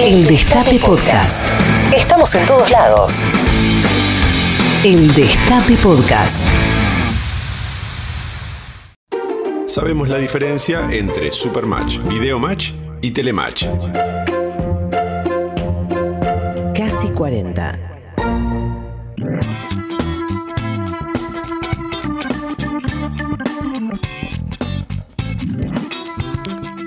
El Destape Podcast. Estamos en todos lados. El Destape Podcast. Sabemos la diferencia entre Supermatch, Videomatch y Telematch. Casi 40.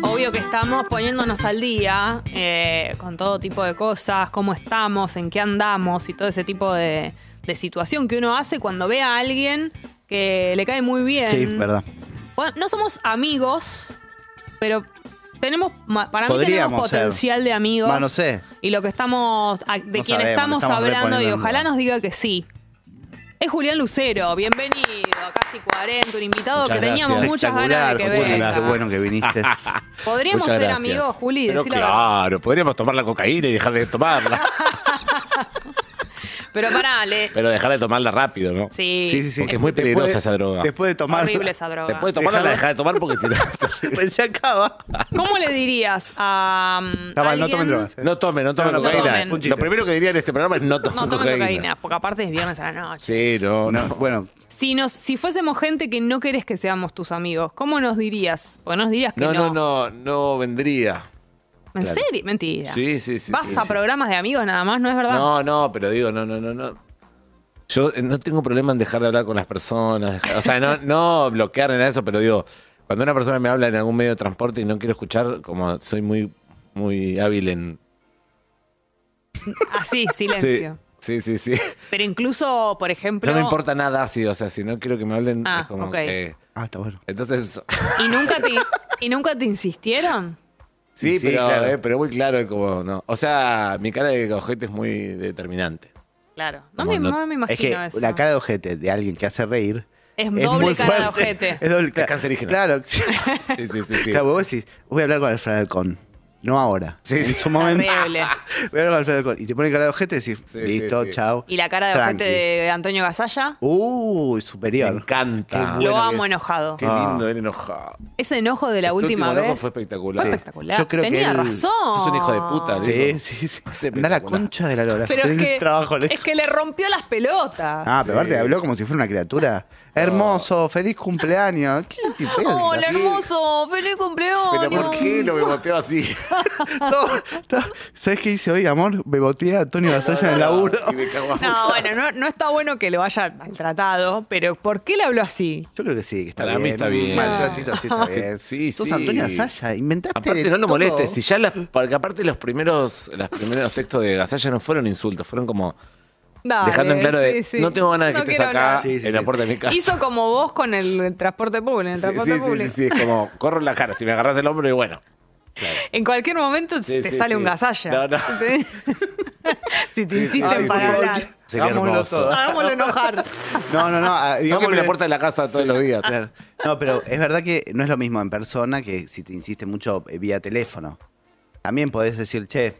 Obvio que estamos poniéndonos al día eh, con todo tipo de cosas, cómo estamos, en qué andamos y todo ese tipo de, de situación que uno hace cuando ve a alguien que le cae muy bien. Sí, verdad. Bueno, no somos amigos, pero tenemos ma- para mí Podríamos tenemos ser. potencial de amigos. Bah, no sé. Y lo que estamos a- de No quien sabemos, estamos, estamos hablando y reponiendo en ojalá duda. nos diga que sí. Es Julián Lucero, bienvenido, casi 40, un invitado Muchas que teníamos gracias. muchas ganas de que Espectacular, venga. Qué bueno que viniste. Podríamos Muchas ser gracias. amigos, Juli, Pero decir la verdad. claro, podríamos tomar la cocaína y dejar de tomarla, Pero pará, le- pero dejar de tomarla rápido, ¿no? Sí, Sí, sí, sí. Porque es muy peligrosa Después de- esa droga. Después de tomar. horrible esa droga. Después de tomarla, la Dejarla- dejar de tomar porque si no. Pues se acaba. ¿Cómo le dirías a um, Está mal, no alguien- tomen drogas. eh. No tomen, no tomen No, no cocaína. tomen. Lo primero que diría en este programa es no tomen No tomen cocaína. cocaína. porque aparte es viernes a la noche. Sí, no, no. No, bueno, Si, nos, si fuésemos gente que no querés que seamos tus amigos, ¿cómo nos dirías? Porque nos dirías que No, no. no, no, no vendría. ¿En claro. serio? Mentira. Sí, sí, sí. Vas sí, a sí. programas de amigos nada más, ¿no es verdad? No, no, pero digo, no, no, no, no. Yo eh, no tengo problema en dejar de hablar con las personas. dejar- o sea, no, no bloquear ni nada de eso, pero digo, cuando una persona me habla en algún medio de transporte y no quiero escuchar, como soy muy, muy hábil en. Así, Sí, silencio. sí, sí. sí. Pero incluso, por ejemplo. No me importa nada así, o sea, si no quiero que me hablen, Ah, es como ok. que- ah, está bueno. Entonces, ¿Y nunca te, y nunca te insistieron? sí, Sí, pero, claro. eh, pero muy claro, es como, no. O sea, mi cara de ojete es muy determinante. Claro. No, Como me, no- no me imagino Es que eso. la cara de ojete de alguien que hace reír. Es doble muy cara de fuerte. ojete. Es doble cara. cancerígena. Claro. sí. Sí, sí, sí. sí. Claro, vos decís, voy a hablar con Alfredo Alcón. No ahora. Sí, en sí. su momento. Horrible. Voy a hablar con Alfredo Alcón. Y te pone cara de ojete y decís, Sí, listo, sí, sí. chao. ¿Y la cara de ojete Tranqui. de Antonio Gasalla? Uy, superior. Me encanta. Qué bueno Lo que amo es. enojado. Qué Ah. lindo, él enojado. Ese enojo de la Este última último enojo vez fue espectacular. fue Sí. espectacular. Yo creo que Tenía él- razón. Sos un hijo de puta, Sí, digo. sí, sí. Es Anda a la espectacular. concha de la lora. Pero es Tenés que, trabajo, le- es que le rompió las pelotas. Ah, pero aparte habló como si fuera una criatura. Hermoso, feliz cumpleaños. ¿Qué tipo es? Hola, Así. hermoso. Feliz cumpleaños. Pero ¿por qué no me boteó así? Todo- todo- ¿Sabes qué dice hoy, amor? Bebotea a Antonio Basalla en el laburo. Y me cago a- No, bueno, no, no está bueno que lo haya maltratado, pero ¿por qué le habló así? Yo creo que sí, que está Para mí bien. está bien. Un maltratito así está bien. Sí, Sos sí. Antonio Basalla, inventaste este Aparte, no lo todo. molestes. Si ya las, porque aparte los primeros, los primeros textos de Gasalla no fueron insultos, fueron como Dale, dejando en claro de sí, sí. no tengo ganas de que No estés quiero acá hablar. Sí, sí, en la sí. puerta de mi casa. Hizo como vos con el, el transporte público. en el Sí, transporte sí, sí, público. sí, sí, es como corro en la cara, si me agarras el hombro y bueno. En cualquier momento Sí, te sí, sale sí. un gasalla. No, no. si te Sí, sí, insisten sí, para sí. hablar. Sería Hagámoslo hermoso. todo. Hagámoslo enojar. No, no, no. ah, No que digámosle- la puerta de la casa todos los días. Claro. No, pero es verdad que no es lo mismo en persona que si te insiste mucho eh, vía teléfono. También podés decir, che,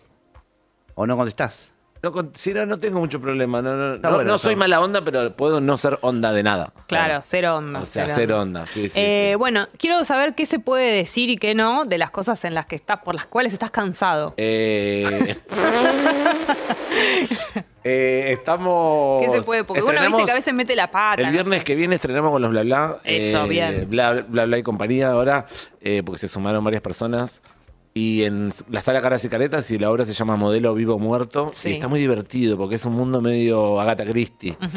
o no contestás. No, con- si no, no tengo mucho problema. No, no, Está no- bueno no eso. soy mala onda, pero puedo no ser onda de nada. Claro, cero onda. O sea, cero onda, sí, sí, Eh, sí. Bueno, quiero saber qué se puede decir y qué no de las cosas en las que estás, por las cuales estás cansado. Eh, eh, estamos. ¿Qué se puede? Porque uno viste estrenamos- que a veces mete la pata. El no viernes sé. que viene estrenamos con los bla bla. Ah, Eso, eh, bien. Bla, bla bla y compañía ahora, eh, porque se sumaron varias personas. Y en la sala Caras y Caretas, y la obra se llama Modelo Vivo Muerto. Sí. Y está muy divertido, porque es un mundo medio Agatha Christie. ¿Vino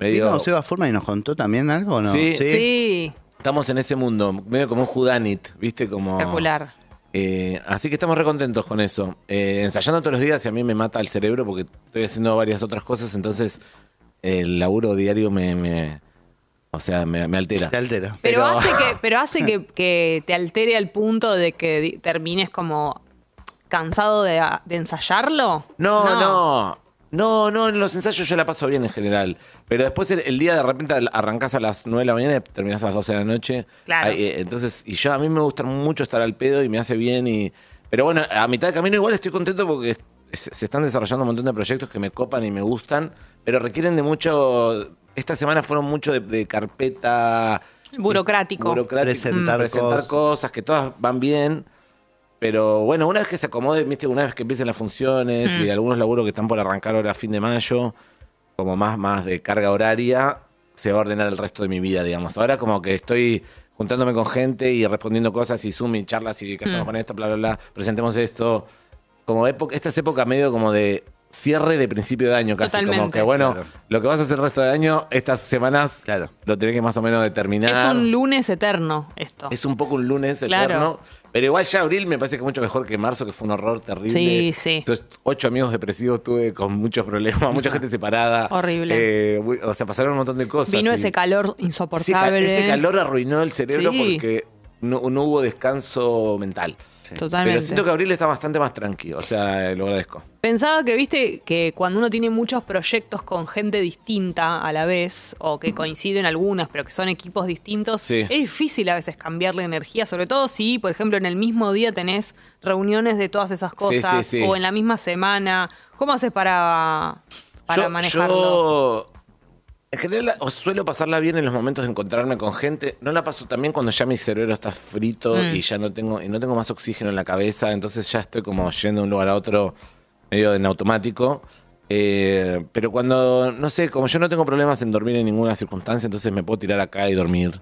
Medio. Seba Furman y nos contó también algo o no? Sí. Sí, Estamos en ese mundo, medio como un Judanit, ¿viste? Como. espectacular. Eh, así que estamos recontentos con eso. Eh, ensayando todos los días y a mí me mata el cerebro porque estoy haciendo varias otras cosas, entonces el laburo diario me, me- o sea, me, me altera. Te altero. Pero, Pero- hace, que, pero hace que, que te altere al punto de que di- termines como cansado de, de ensayarlo. No, no. No, no, en los ensayos yo la paso bien en general. Pero después el, el día de repente al- arrancás a las 9 de la mañana y terminás a las 12 de la noche. Claro. Ay, eh, entonces, y yo a mí me gusta mucho estar al pedo y me hace bien. y Pero bueno, a mitad de camino igual estoy contento porque es- es- se están desarrollando un montón de proyectos que me copan y me gustan, pero requieren de mucho. Esta semana fueron mucho de, de carpeta. Burocrático. Burocrático. Presentar presentar cosas. cosas que todas van bien. Pero bueno, una vez que se acomode, ¿viste? una vez que empiecen las funciones Mm. y algunos laburos que están por arrancar ahora a fin de mayo, como más, más de carga horaria, se va a ordenar el resto de mi vida, digamos. Ahora como que estoy juntándome con gente y respondiendo cosas y Zoom y charlas y qué hacemos Mm. con esto, bla, bla, bla, presentemos esto. Como época, esta es época medio como de cierre de principio de año casi. Como Totalmente. que bueno, Claro. lo que vas a hacer el resto de año, estas semanas, Claro. lo tenés que más o menos determinar. Es un lunes eterno esto. Es un poco un lunes Claro. eterno. Pero igual ya abril me parece que mucho mejor que marzo, que fue un horror terrible. Sí, sí. Entonces, ocho amigos depresivos tuve con muchos problemas, mucha gente separada. Horrible. Eh, muy- o sea, pasaron un montón de cosas. Vino y- ese calor Ese, ca- insoportable. ese calor arruinó el cerebro Sí. porque no, no hubo descanso mental. Pero Totalmente. siento que abril está bastante más tranquilo. O sea, eh, lo agradezco. Pensaba que, viste, que cuando uno tiene muchos proyectos con gente distinta a la vez, o que coinciden algunas, pero que son equipos distintos, Sí. es difícil a veces cambiarle energía, sobre todo si, por ejemplo, en el mismo día tenés reuniones de todas esas cosas, sí, sí. o en la misma semana. ¿Cómo haces para, para yo, manejarlo? yo, en general o suelo pasarla bien en los momentos de encontrarme con gente. No la paso también cuando ya mi cerebro está frito Mm. y ya no tengo, y no tengo más oxígeno en la cabeza. Entonces ya estoy como yendo de un lugar a otro medio en automático. Eh, pero cuando, no sé, como yo no tengo problemas en dormir en ninguna circunstancia, entonces me puedo tirar acá y dormir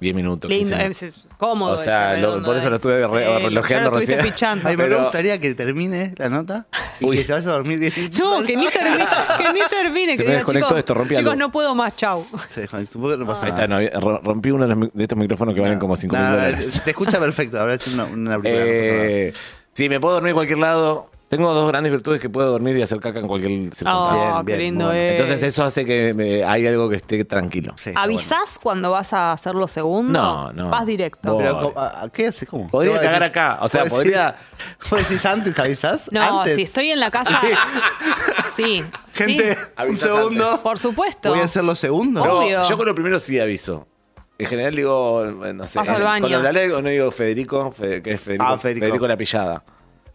10 minutos. 15 Lindo, eh, minutos. es- es cómodo. O sea, ese lo- redondo por eso de- lo estuve re- Sí, relojeando ya lo estuviste recién. fichando, Ay, me pero- gustaría que termine la nota y Uy. que se vaya a dormir 10 minutos. No, que ni termine. Que ni termine. Se que me diga, desconectó chicos, esto, rompí Chicos, algo. no puedo más, chau. Se desconectó, supongo que no pasa Ahí nada. está, no había- ro- rompí uno de los mi- de estos micrófonos que valen como 5 mil Nada, dólares. Te escucha perfecto, habrá sido una, una auricular, no pasa nada. Eh, sí, me puedo dormir en cualquier lado. Tengo dos grandes virtudes que puedo dormir y hacer caca en cualquier circunstancia. Oh, qué bien, lindo muy bueno. es. Entonces eso hace que me- hay algo que esté tranquilo. Sí, está ¿Avisás cuando vas a hacer lo segundo? No, no. Vas directo. Vos- bueno. Pobre. Pero, ¿cómo- a- a- ¿qué haces? ¿Cómo? Podría No, cagar decís- acá, o sea, vos podría- decís- vos decís antes, avisás. no, antes. si estoy en la casa. Sí. sí. Gente, un Avisás segundo. antes. Por supuesto. Voy a hacer lo segundo. No, Obvio. yo con lo primero sí aviso. En general digo, eh, no sé. Paso al baño. Cuando hablaré, no digo Federico, Fe- que es Federico, Ah, Federico. la pillada.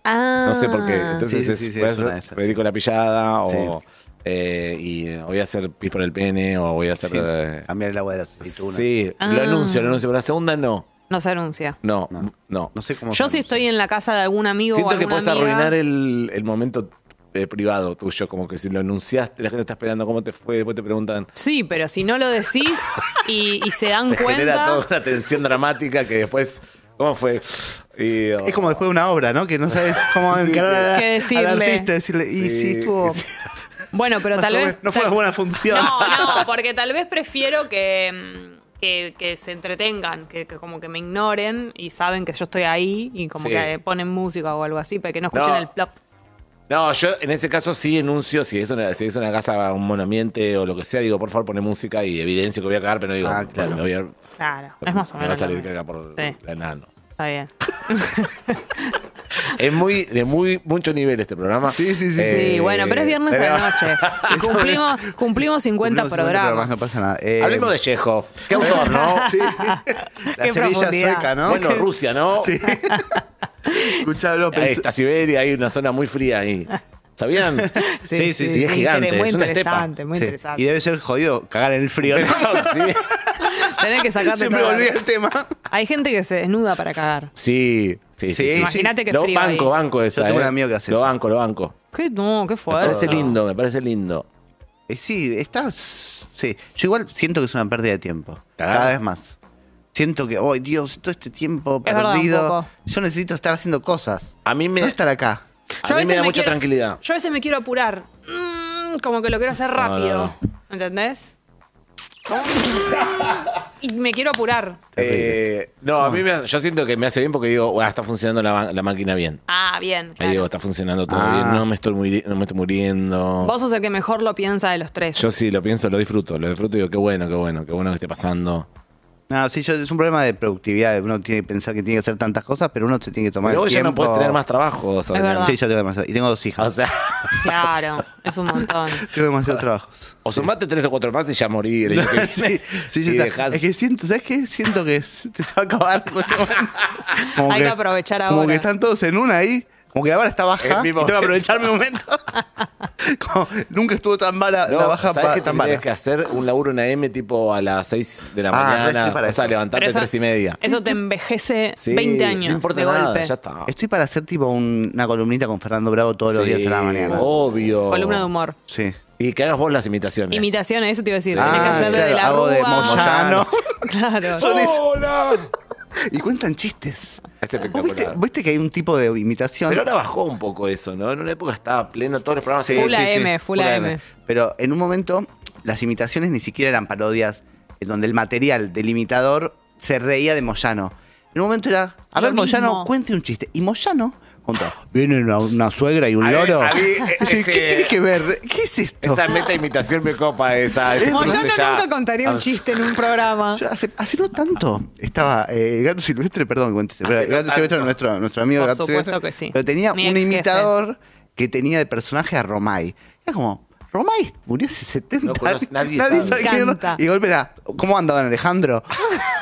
Ah. No sé por qué. Entonces Sí, es, sí, sí, puede es ser una de esas, Federico la pillada o... eh, y eh, voy a hacer pis por el pene o voy a hacer... Sí, Ah, eh, Cambiar el agua de las aceitunas. sí, lo Ah. anuncio, lo anuncio, pero la segunda no. No se anuncia. No, no. No. No sé cómo. Yo se si anuncia. estoy en la casa de algún amigo o Siento que alguna puedes amiga, arruinar el, el momento eh, privado tuyo, como que si lo anunciaste, la gente está esperando cómo te fue, después te preguntan. Sí, pero si no lo decís y, y se dan Se genera cuenta... toda una tensión dramática que después, ¿cómo fue? Y, oh, Es como después de una obra, ¿no? Que no sabes cómo Sí, encarar sí. a la- ¿Qué decirle? al artista. Decirle, y sí, sí, estuvo. sí. Bueno, pero más tal o vez... menos, No fue tal- una buena función. No, no, porque tal vez prefiero que, mm, que, que se entretengan, que, que como que me ignoren y saben que yo estoy ahí y como Sí. que ponen música o algo así para que no escuchen No. el plop. No, yo en ese caso sí enuncio, si es una, si es una casa, un monamiente o lo que sea, digo, por favor, pone música y evidencio que voy a cagar, pero no digo, Ah, claro. me voy a, Claro, es más o me va a menos. lo salir mismo. caca por Sí. la nano. Está bien. Es muy, de muy, mucho nivel este programa. Sí, sí, sí, sí. Eh, Sí, bueno, pero es viernes a la noche. Y cumplimos, cumplimos 50 Cumplimos programas. No pasa nada. Eh, Hablemos de Chekhov. Qué autor, ¿no? Sí. Qué La semilla profundidad. sueca, ¿no? Bueno, Rusia, ¿no? Sí. Escuchá, lo Ahí pensé- está Siberia, hay una zona muy fría ahí. ¿Sabían? Sí, sí, sí, es gigante, inter- Muy es una estepa. interesante, muy Sí. interesante. Y debe ser jodido cagar en el frío. Pero ¿no? sí. Tenés que sacarte Siempre todo. volví al tema. Hay gente que se desnuda para cagar. Sí, sí, sí. Sí. sí. Imagínate qué Lo frío banco, ahí. banco esa. Yo tengo eh. un amigo que hace Lo eso. banco, lo banco. ¿Qué, no, qué Me fuerte. parece lindo, me parece lindo. Eh, sí, está. Sí. Yo igual siento que es una pérdida de tiempo. Cagar. Cada vez más. Siento que, oh Dios, todo este tiempo Es verdad, un perdido. poco. Yo necesito estar haciendo cosas. A mí me, No estar acá. a Yo mí me veces da mucha quiero- tranquilidad. Yo a veces me quiero apurar. Mm, como que lo quiero hacer rápido. no, no. ¿Entendés? y me quiero apurar. Eh, no, a mí me, hace- yo siento que me hace bien porque digo, "Guau, está funcionando la, ma- la máquina bien. Ah, bien. Ahí digo, Claro. está funcionando todo Ah. bien, no me estoy, muri- no me estoy muriendo. Vos sos el que mejor lo piensa de los tres. Yo sí lo pienso, lo disfruto, lo disfruto y digo, qué bueno, qué bueno, qué bueno que esté pasando. No, sí, yo, es un problema de productividad. Uno tiene que pensar que tiene que hacer tantas cosas, pero uno se tiene que tomar Pero el vos ya tiempo. no podés tener más trabajo, Sabrina. verdad. Sí, yo tengo demasiado. Y tengo dos hijas. O sea, Claro, es un montón. tengo demasiados trabajos. o sumate tres o cuatro más y ya morir. y que- sí, sí, y ya está. dejás- Es que siento, ¿sabes qué? Siento que se te se va a acabar. este Como Hay que aprovechar Como ahora. que están todos en una ahí. Como que ahora está baja. Es mi y tengo que momento. aprovechar mi momento. Como, nunca estuvo tan mala la baja ¿sabes pa- que tan tendrías mala. que hacer un laburo en AM tipo a las 6 de la Ah, no mañana? estoy para o sea, eso. levantarte Pero a eso- 3 y media. Eso te envejece Sí, 20 años No importa de nada, golpe. ya está. Estoy para hacer tipo un- una columnita con Fernando Bravo todos los Sí, Oh. días a la mañana. Obvio. Columna de humor. Sí. Y que hagas vos las imitaciones. Imitaciones, eso te iba a decir. Sí. Tenés que Ah, hacer de claro, la hago de Rúa. Moyano. Claro. Son esas- ¡Hola! Y cuentan chistes. Es ¿Vos viste, espectacular. viste que hay un tipo de imitación? Pero ahora bajó un poco eso, ¿no? En una época estaba pleno todos los programas. Full AM, full AM. Pero en un momento, las imitaciones ni siquiera eran parodias, en donde el material del imitador se reía de Moyano. En un momento era, a Lo ver, Moyano, mismo. cuente un chiste. Y Moyano contó, viene una, una suegra y un A ver, loro. a mí, eh, Dice, ese- ¿Qué tiene que ver? ¿Qué es esto? Esa meta imitación me copa esa. ese Moyano cruce ya. Ah, nunca contaría Ah, un Abs- chiste en un programa. Yo hace, hace no tanto estaba eh, Gato Silvestre, perdón, cuéntese, pero Hace no Gato Silvestre, tanto. nuestro, nuestro amigo Por Gato supuesto Silvestre, que sí. Pero tenía Mi un ex jefe. imitador que tenía de personaje a Romay. Era como, Romay murió hace 70 No años. conoce- nadie sabe. quién era. Canta. Y de golpe era, ¿cómo andaban Alejandro?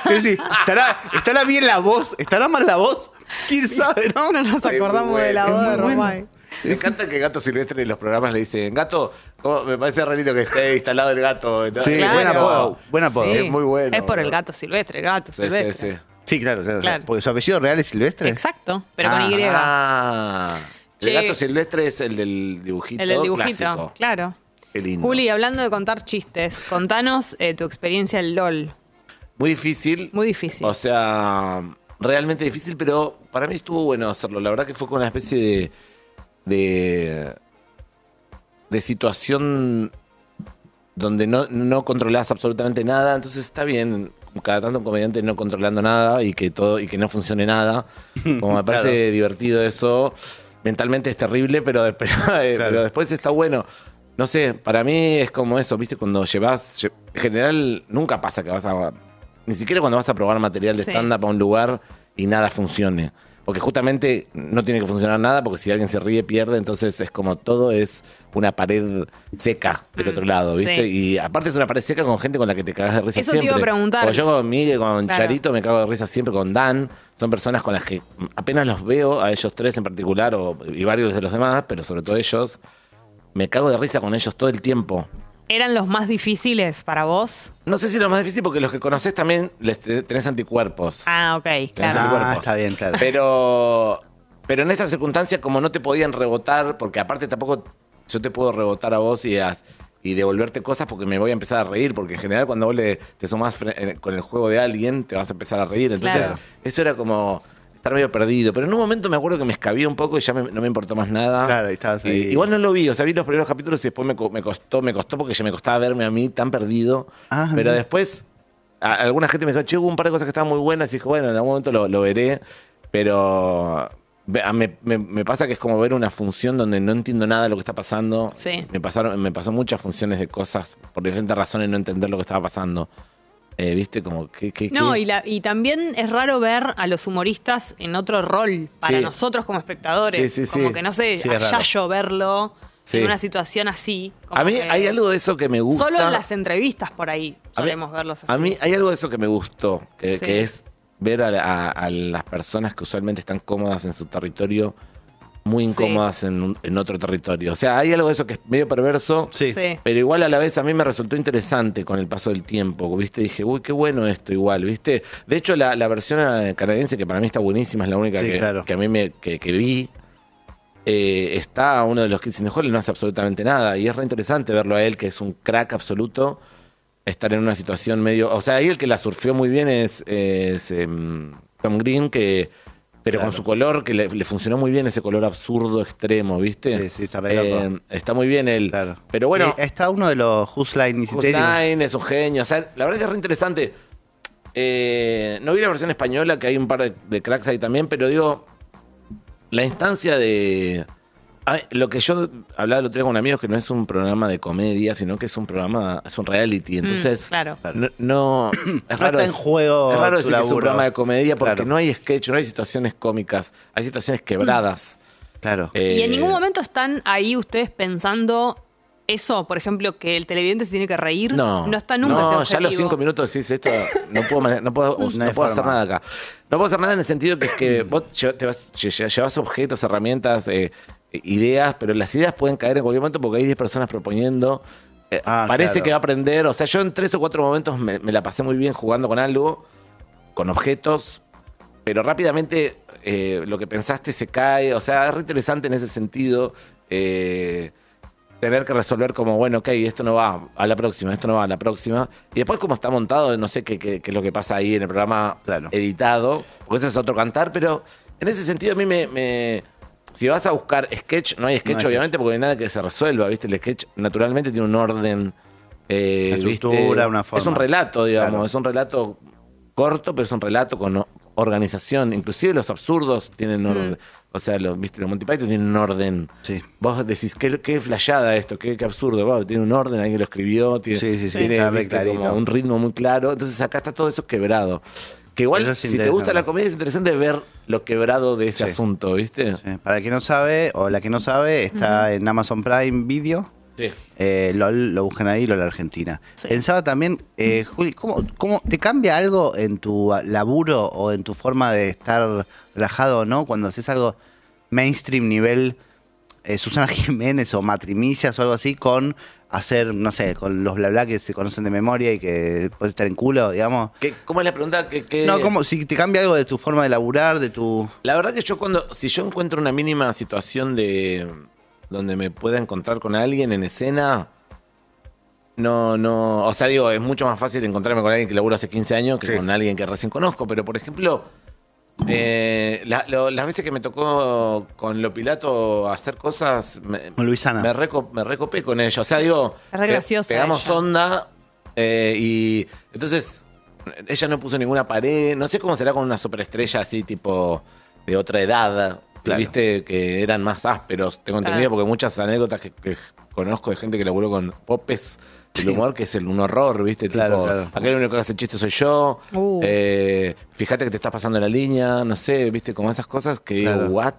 Y decís, ¿estará, ¿estará bien la voz? ¿Estará mal la voz? ¿Quién sabe, no? No nos acordamos de la Es voz muy de bueno. Romay. Me encanta que Gato Silvestre en los programas le dicen, Gato, ¿cómo? me parece rarito que esté instalado el gato. Sí, Claro. buen apodo, buen apodo. Es muy bueno. Es por el gato silvestre, el gato Sí, silvestre. sí, sí. Sí, claro, claro, Claro. Porque su apellido real es Silvestre. Exacto, pero con Ah, Y. Ah. Che. El gato silvestre es el del dibujito. el del dibujito, clásico. claro. Qué lindo. Juli, hablando de contar chistes, contanos eh, tu experiencia en LOL. Muy difícil. Muy difícil. O sea, realmente difícil, pero para mí estuvo bueno hacerlo. La verdad que fue con una especie de. de. de situación donde no, no controlás absolutamente nada. Entonces está bien. Cada tanto un comediante no controlando nada y que todo, y que no funcione nada. Como me parece divertido eso. Mentalmente es terrible, pero, pero, eh, pero después está bueno. No sé, para mí es como eso, ¿viste? Cuando llevas. lle- En general, nunca pasa que vas a. Ni siquiera cuando vas a probar material de Sí. stand-up a un lugar y nada funcione. Porque justamente no tiene que funcionar nada, porque si alguien se ríe, pierde. Entonces es como todo es una pared seca del Mm, otro lado, ¿viste? sí. Y aparte es una pared seca con gente con la que te cagas de risa Eso te siempre. iba a preguntar. Porque yo con Miguel, con Claro. Charito me cago de risa siempre, con Dan. Son personas con las que apenas los veo, a ellos tres en particular, o, y varios de los demás, pero sobre todo ellos. Me cago de risa con ellos todo el tiempo. ¿Eran los más difíciles para vos? No sé si es lo más difícil porque los que conoces también les te- tenés anticuerpos. Ah, ok, Tenés claro. Ah, anticuerpos. está bien, claro. Pero, pero en estas circunstancias, como no te podían rebotar, porque aparte tampoco yo te puedo rebotar a vos y, as- y devolverte cosas porque me voy a empezar a reír, porque en general cuando vos le- te sumás fre- en- con el juego de alguien, te vas a empezar a reír. Entonces, Claro. eso era como estar medio perdido. Pero en un momento me acuerdo que me escabía un poco y ya me- no me importó más nada. Claro, y estabas Y- ahí. Igual no lo vi, o sea, vi los primeros capítulos y después me, co- me costó, me costó porque ya me costaba verme a mí tan perdido. Ah, pero mira. después a- alguna gente me dijo, che, hubo un par de cosas que estaban muy buenas. Y dijo, bueno, en algún momento lo, lo veré. Pero ve- a- me, me- me pasa que es como ver una función donde no entiendo nada de lo que está pasando. Sí. Me, pasaron, me pasó muchas funciones de cosas por diferentes razones no entender lo que estaba pasando. Eh, ¿Viste? Como que... que- No, que- y, la- y también es raro ver a los humoristas en otro rol para Sí. nosotros como espectadores. Sí, sí, sí. Como que no sé, Sí, es allá raro. yo verlo Sí. en una situación así. como a mí que hay algo de eso que me gusta. Solo en las entrevistas por ahí A mí- solemos verlos así. A mí hay algo de eso que me gustó, que, Sí. que es ver a, la- a- a las personas que usualmente están cómodas en su territorio, muy Sí. incómodas en, un- en otro territorio. O sea, hay algo de eso que es medio perverso, Sí. Sí. pero igual a la vez a mí me resultó interesante con el paso del tiempo, ¿viste? Dije, uy, qué bueno esto igual, ¿viste? De hecho, la, la versión eh, canadiense, que para mí está buenísima, es la única Sí, que, claro. que a mí me que, que vi, eh, está uno de los kids in the Hall y no hace absolutamente nada. Y es re interesante verlo a él, que es un crack absoluto, estar en una situación medio... O sea, ahí el que la surfeó muy bien es, es, em, Tom Green, que... Pero con su color, que le, le funcionó muy bien ese color absurdo extremo, ¿viste? Sí, sí, está re loco. Eh, está muy bien él. Claro. Pero bueno, Eh, está uno de los Who's Line y Citerio. Hussein es un genio. O sea, la verdad que es re interesante. Eh, no vi la versión española, que hay un par de, de cracks ahí también, pero digo, la instancia de. Ay, lo que yo hablaba el otro día con amigos que no es un programa de comedia, sino que es un programa, es un reality. Entonces, claro. no, no- es No raro, está en juego es raro tu decir que es un laburo. programa de comedia porque Claro. no hay sketch, no hay situaciones cómicas, hay situaciones quebradas. Claro. Eh, Y en ningún momento están ahí ustedes pensando eso, por ejemplo, que el televidente se tiene que reír, No. no, está nunca ese No, ya a objetivo. los cinco minutos decís esto, no puedo, mane- no puedo, no hay puedo forma. Mm. hacer nada acá. No puedo hacer nada en el sentido que es que vos lle- te vas- lle- lle- llevas objetos, herramientas, eh, ideas, pero las ideas pueden caer en cualquier momento porque hay 10 personas proponiendo. Eh, Ah, parece claro. que va a aprender. O sea, yo en tres o cuatro momentos me, me la pasé muy bien jugando con algo, con objetos, pero rápidamente eh, lo que pensaste se cae. O sea, es re interesante en ese sentido. eh, tener que resolver como, bueno, ok, esto no va a la próxima, esto no va a la próxima. Y después como está montado, no sé qué, qué- qué es lo que pasa ahí en el programa Claro. editado, porque ese es otro cantar, pero en ese sentido a mí me... me- si vas a buscar sketch, no hay sketch No hay obviamente porque no hay nada que se resuelva, ¿viste? El sketch naturalmente tiene un orden... eh, Una ¿viste? estructura, una Es un forma. relato, digamos, Claro. es un relato corto, pero es un relato con o- organización. Inclusive los absurdos tienen orden. O sea, los, ¿viste? los Monty Python tienen un orden. Sí. Vos decís, qué, qué flayada esto, qué, qué absurdo. Wow, tiene un orden, alguien lo escribió, tiene, Sí, sí, sí, tiene, está re viste, clarito. como un ritmo muy claro. Entonces acá está todo eso quebrado. Que igual, Eso es si te gusta interesante. la comedia, es interesante ver lo quebrado de ese Sí. asunto, ¿viste? Sí, Para el que no sabe, o la que no sabe, está en Amazon Prime Video. Sí. Eh, LOL, lo buscan ahí, LOL Argentina. Sí. Pensaba también, eh, Juli, ¿cómo, cómo te cambia algo en tu ah, laburo o en tu forma de estar relajado o no cuando haces algo mainstream nivel eh, Susana Jiménez o Matrimillas o algo así con hacer, no sé, con los bla bla que se conocen de memoria y que puedes estar en culo, digamos? ¿Qué- ¿Cómo es la pregunta? ¿Qué- qué- No, como si te cambia algo de tu forma de laburar, de tu... La verdad que yo cuando, si yo encuentro una mínima situación de donde me pueda encontrar con alguien en escena, no, no, o sea, digo, es mucho más fácil encontrarme con alguien que laburo hace 15 años que Sí. con alguien que recién conozco, pero por ejemplo, eh, la- lo- las veces que me tocó con Lopilato hacer cosas, me, Con Luisana. me, reco- me recopé con ella, o sea, digo, Es re pe- graciosa pegamos ella. onda eh, y entonces ella no puso ninguna pared. No sé cómo será con una superestrella así, tipo de otra edad. Claro. Viste que eran más ásperos, tengo entendido, Ah. porque muchas anécdotas que, que conozco de gente que laburó con popes el Sí. humor, que es el, un horror, ¿viste? Claro, tipo, claro. aquel único que hace chistes soy yo. Uh. eh, fíjate que te estás pasando la línea, no sé, ¿viste? Como esas cosas que Claro. digo, ¿what?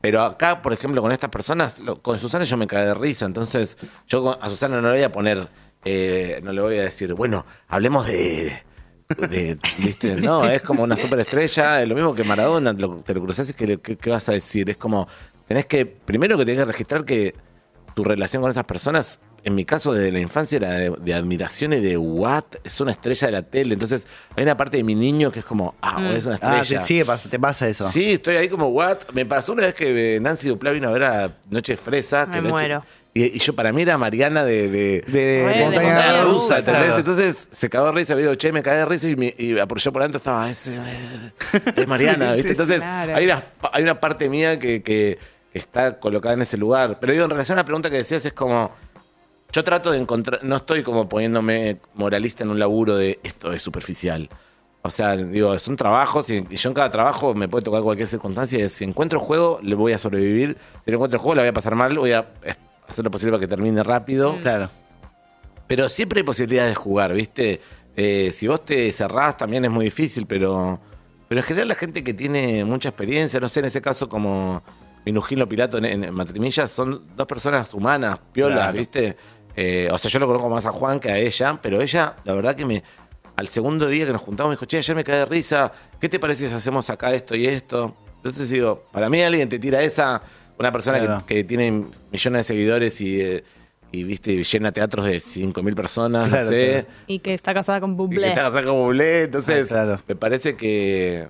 Pero acá, por ejemplo, con estas personas, lo- con Susana yo me caí de risa. Entonces, yo con- a Susana no le voy a poner, eh, no le voy a decir, bueno, hablemos de. de- ¿viste? No, es como una superestrella, es lo mismo que Maradona, lo- te lo cruzás y ¿qué, qué, qué vas a decir? Es como, tenés que, primero que tenés que registrar que tu relación con esas personas, en mi caso desde la infancia era de, de admiración y de what, es una estrella de la tele. Entonces, hay una parte de mi niño que es como, ah, es una estrella. Ah, te, sigue pas- te pasa eso. Sí, estoy ahí como, what? Me pasó una vez que eh, Nancy Duplá vino a ver a Noche de Fresa. Me que Noche- muero. Y, y yo para mí era Mariana de... de- De, Bueno, de montaña, montaña rusa, rusa, ¿entendés? claro. Entonces se cagó de risa, me dijo, che, me cagué de risa y, me, y por yo por adentro estaba, es, eh, es Mariana, Sí, ¿viste? sí, Entonces claro. hay, una, hay una parte mía que, que está colocada en ese lugar. Pero digo, en relación a la pregunta que decías, es como, yo trato de encontrar, no estoy como poniéndome moralista en un laburo de esto es superficial. O sea, digo, son trabajos y, y yo en cada trabajo me puede tocar cualquier circunstancia. y si encuentro juego, le voy a sobrevivir. Si no encuentro juego, la voy a pasar mal. Voy a eh, hacer lo posible para que termine rápido. Claro. Pero siempre hay posibilidades de jugar, ¿viste? Eh, si vos te cerrás también es muy difícil, pero, pero en general la gente que tiene mucha experiencia, no sé, en ese caso como Minujín Lo Pilato en, en Matrimillas, son dos personas humanas, piolas, Claro. ¿viste? Eh, o sea, yo lo conozco más a Juan que a ella, pero ella, la verdad que me... Al segundo día que nos juntamos me dijo, che, ayer me cae de risa, ¿qué te parece si hacemos acá esto y esto? Entonces digo, para mí alguien te tira esa, una persona que- Claro. que, tiene millones de seguidores y... eh, y viste, llena teatros de 5.000 personas, Claro, no sé. Y que está casada con Y que Bublé. está casado con Bublé. Entonces, Ah, claro. me parece que,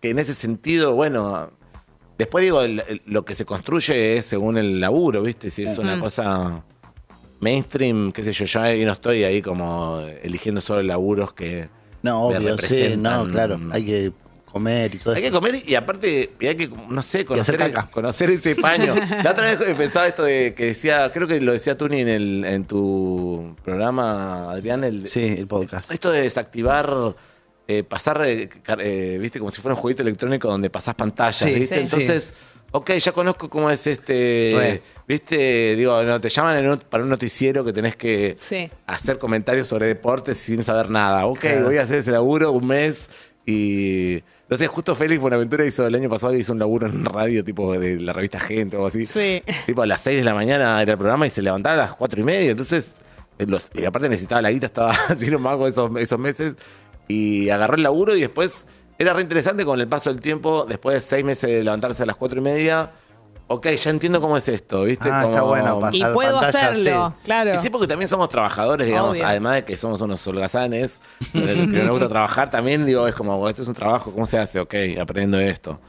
que en ese sentido, bueno, después digo, el- el- lo que se construye es según el laburo, ¿viste? Si es una Mm. cosa mainstream, qué sé yo, yo ahí no estoy ahí como eligiendo solo laburos que. No, me obvio, sí, no, representan. claro. Hay que comer y todo Hay que eso. comer y aparte, y hay que, no sé, conocer, hacer caca. conocer ese paño. La otra vez pensaba esto de que decía, creo que lo decía Tuni en, el, en tu programa, Adrián, el, Sí, el podcast. esto de desactivar, eh, pasar, eh, car- eh, viste, como si fuera un jueguito electrónico donde pasás pantallas, Sí, viste. sí. Entonces, ok, ya conozco cómo es este, Re. viste, digo, no, te llaman en un- para un noticiero que tenés que Sí. hacer comentarios sobre deportes sin saber nada. Ok, Claro. voy a hacer ese laburo un mes y Entonces, justo Félix Buenaventura hizo el año pasado hizo un laburo en radio, tipo de la revista Gente o algo así. Sí. Tipo a las 6 de la mañana era el programa y se levantaba a las 4 y media. Entonces, eh, los- y aparte necesitaba la guita, estaba haciendo mago esos, esos meses. Y agarró el laburo y después era re interesante con el paso del tiempo. Después de 6 meses de levantarse a las 4 y media, ok, ya entiendo cómo es esto, ¿viste? Ah, está Como- bueno, Y Pasar puedo pantalla, hacerlo, claro. y sí, porque también somos trabajadores, digamos, Obvio. además de que somos unos holgazanes, pero que nos gusta trabajar también, digo, es como, bueno, esto es un trabajo, ¿cómo se hace? Ok, aprendo esto.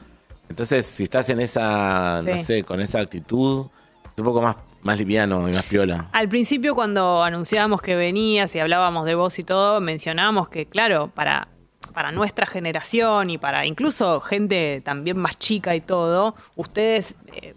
Entonces, si estás en esa, no Sí. sé, con esa actitud, es un poco más, más liviano y más piola. Al principio, cuando anunciábamos que venías y hablábamos de vos y todo, mencionábamos que, claro, para, para nuestra generación y para incluso gente también más chica y todo, ustedes eh,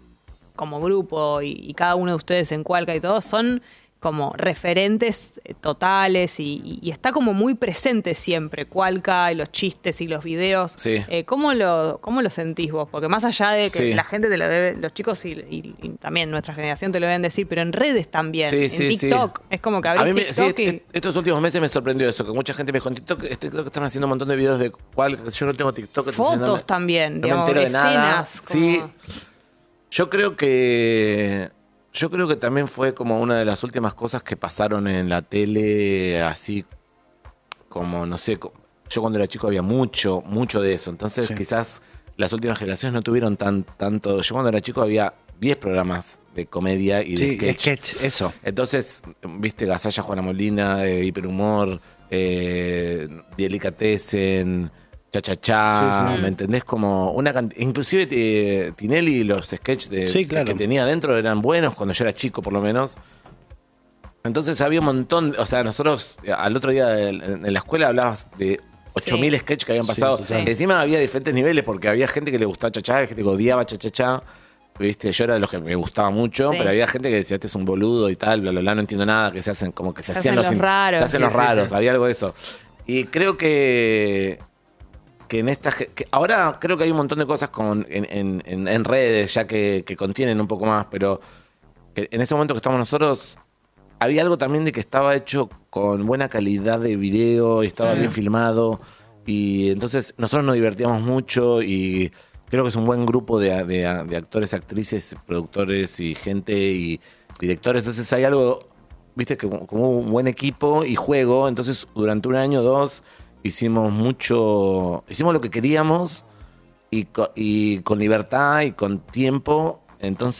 como grupo y, y cada uno de ustedes en Cualca y todo, son como referentes eh, totales y, y- y está como muy presente siempre Cualca y los chistes y los videos. Sí. Eh, ¿cómo, lo, ¿Cómo lo sentís vos? Porque más allá de que Sí. la gente te lo debe, los chicos y, y- y también nuestra generación te lo deben decir, pero en redes también, en TikTok, es como que A mí abrís me- sí, TikTok y- est- est- estos últimos meses me sorprendió eso, que mucha gente me dijo, en TikTok, este TikTok están haciendo un montón de videos de cuál, yo no tengo TikTok. entonces no fotos me- también, no me digamos, entero de nada. escenas. Sí, como- Yo creo que. Yo creo que también fue como una de las últimas cosas que pasaron en la tele, así como, no sé. co- Yo cuando era chico había mucho, mucho de eso. Entonces, quizás las últimas generaciones no tuvieron tan, tanto. Yo cuando era chico había 10 programas de comedia y de Sí, sketch. sketch, eso. Entonces, viste, Gasalla, Juana Molina, eh, Hiperhumor, eh, Delicatessen, Cha Cha Cha, ¿me entendés? Como una cantidad. Inclusive eh, Tinelli, los sketches de- Sí, claro. que tenía adentro eran buenos cuando yo era chico, por lo menos. Entonces había un montón, o sea, nosotros eh, al otro día en, en la escuela hablabas de 8000 Sí. sketches que habían pasado. total. Encima había diferentes niveles porque había gente que le gustaba chachá, gente que odiaba chachachá. Viste, yo era de los que me gustaba mucho, Sí. pero había gente que decía, este es un boludo y tal, bla, bla, bla, no entiendo nada, que se hacen como que se, Se hacían hacen los, los in- raros. Se hacen los Sí, sí, raros, había algo de eso. Y creo que que en esta ge- que ahora creo que hay un montón de cosas con, en, en- en- en redes ya que, que contienen un poco más, pero que en ese momento que estamos nosotros había algo también de que estaba hecho con buena calidad de video y estaba bien filmado y entonces nosotros nos divertíamos mucho y creo que es un buen grupo de, de- de actores, actrices, productores y gente y directores, entonces hay algo, viste, que como como un buen equipo y juego, entonces durante un año o dos hicimos mucho, hicimos lo que queríamos y, co- y con libertad y con tiempo.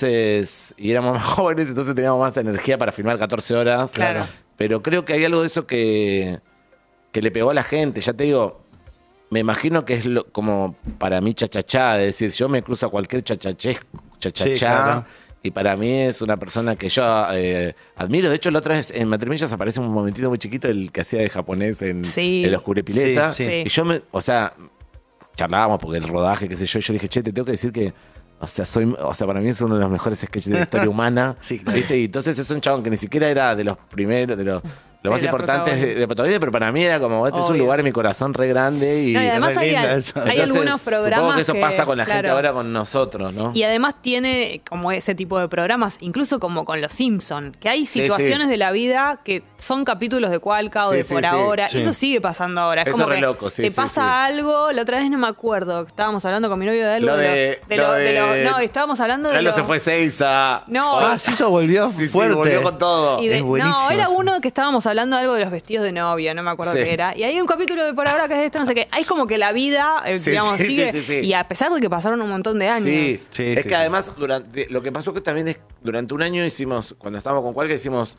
Entonces, y éramos más jóvenes, entonces teníamos más energía para filmar 14 horas. Claro. Pero creo que hay algo de eso que, que le pegó a la gente. Ya te digo, me imagino que es lo, como para mí chachachá, de decir, yo me cruzo a cualquier chachachés, chachachá. Sí, claro. Y para mí es una persona que yo eh, admiro. De hecho, la otra vez en Matrimillas aparece un momentito muy chiquito el que hacía de japonés en, Sí. en Los Curepiletas. Sí, sí. Y yo me, o sea, charlábamos porque el rodaje, qué sé yo, y yo le dije, che, te tengo que decir que. O sea, soy, o sea, para mí es uno de los mejores sketches de la historia humana. Sí, claro. ¿viste? Y entonces es un chabón que ni siquiera era de los primeros, de los, lo más la importantes de, protagonista. de protagonista, pero para mí era como, este es un Obvio. lugar en mi corazón re grande. Y, No, y además re hay, linda al- eso. hay Entonces, algunos programas Supongo que eso pasa con la gente claro. ahora con nosotros, ¿no? Y además tiene como ese tipo de programas, incluso como con los Simpson, que hay Sí, situaciones sí. de la vida que son capítulos de Cualca o Sí, de sí, por sí, ahora. sí. Eso sigue pasando ahora. Es Eso como re que loco, sí, te sí, pasa sí. algo, la otra vez no me acuerdo, estábamos hablando con mi novio de algo. Lo de de, lo- de lo- de lo- no, estábamos hablando de. Lalo lo- se fue Seiza. No, Ah, sí, eso volvió Sí, sí, fuerte. volvió con todo. y de- Es buenísimo. no, era uno que estábamos hablando de algo de los vestidos de novia, no me acuerdo Sí. qué era. Y hay un capítulo de por ahora que es de esto, no sé qué. Hay como que la vida, eh, Sí, digamos, sí, sí, sigue. sí, sí. Y a pesar de que pasaron un montón de años. Sí, Sí, es sí, que sí. además durante lo que pasó que también es durante un año hicimos cuando estábamos con cualquier hicimos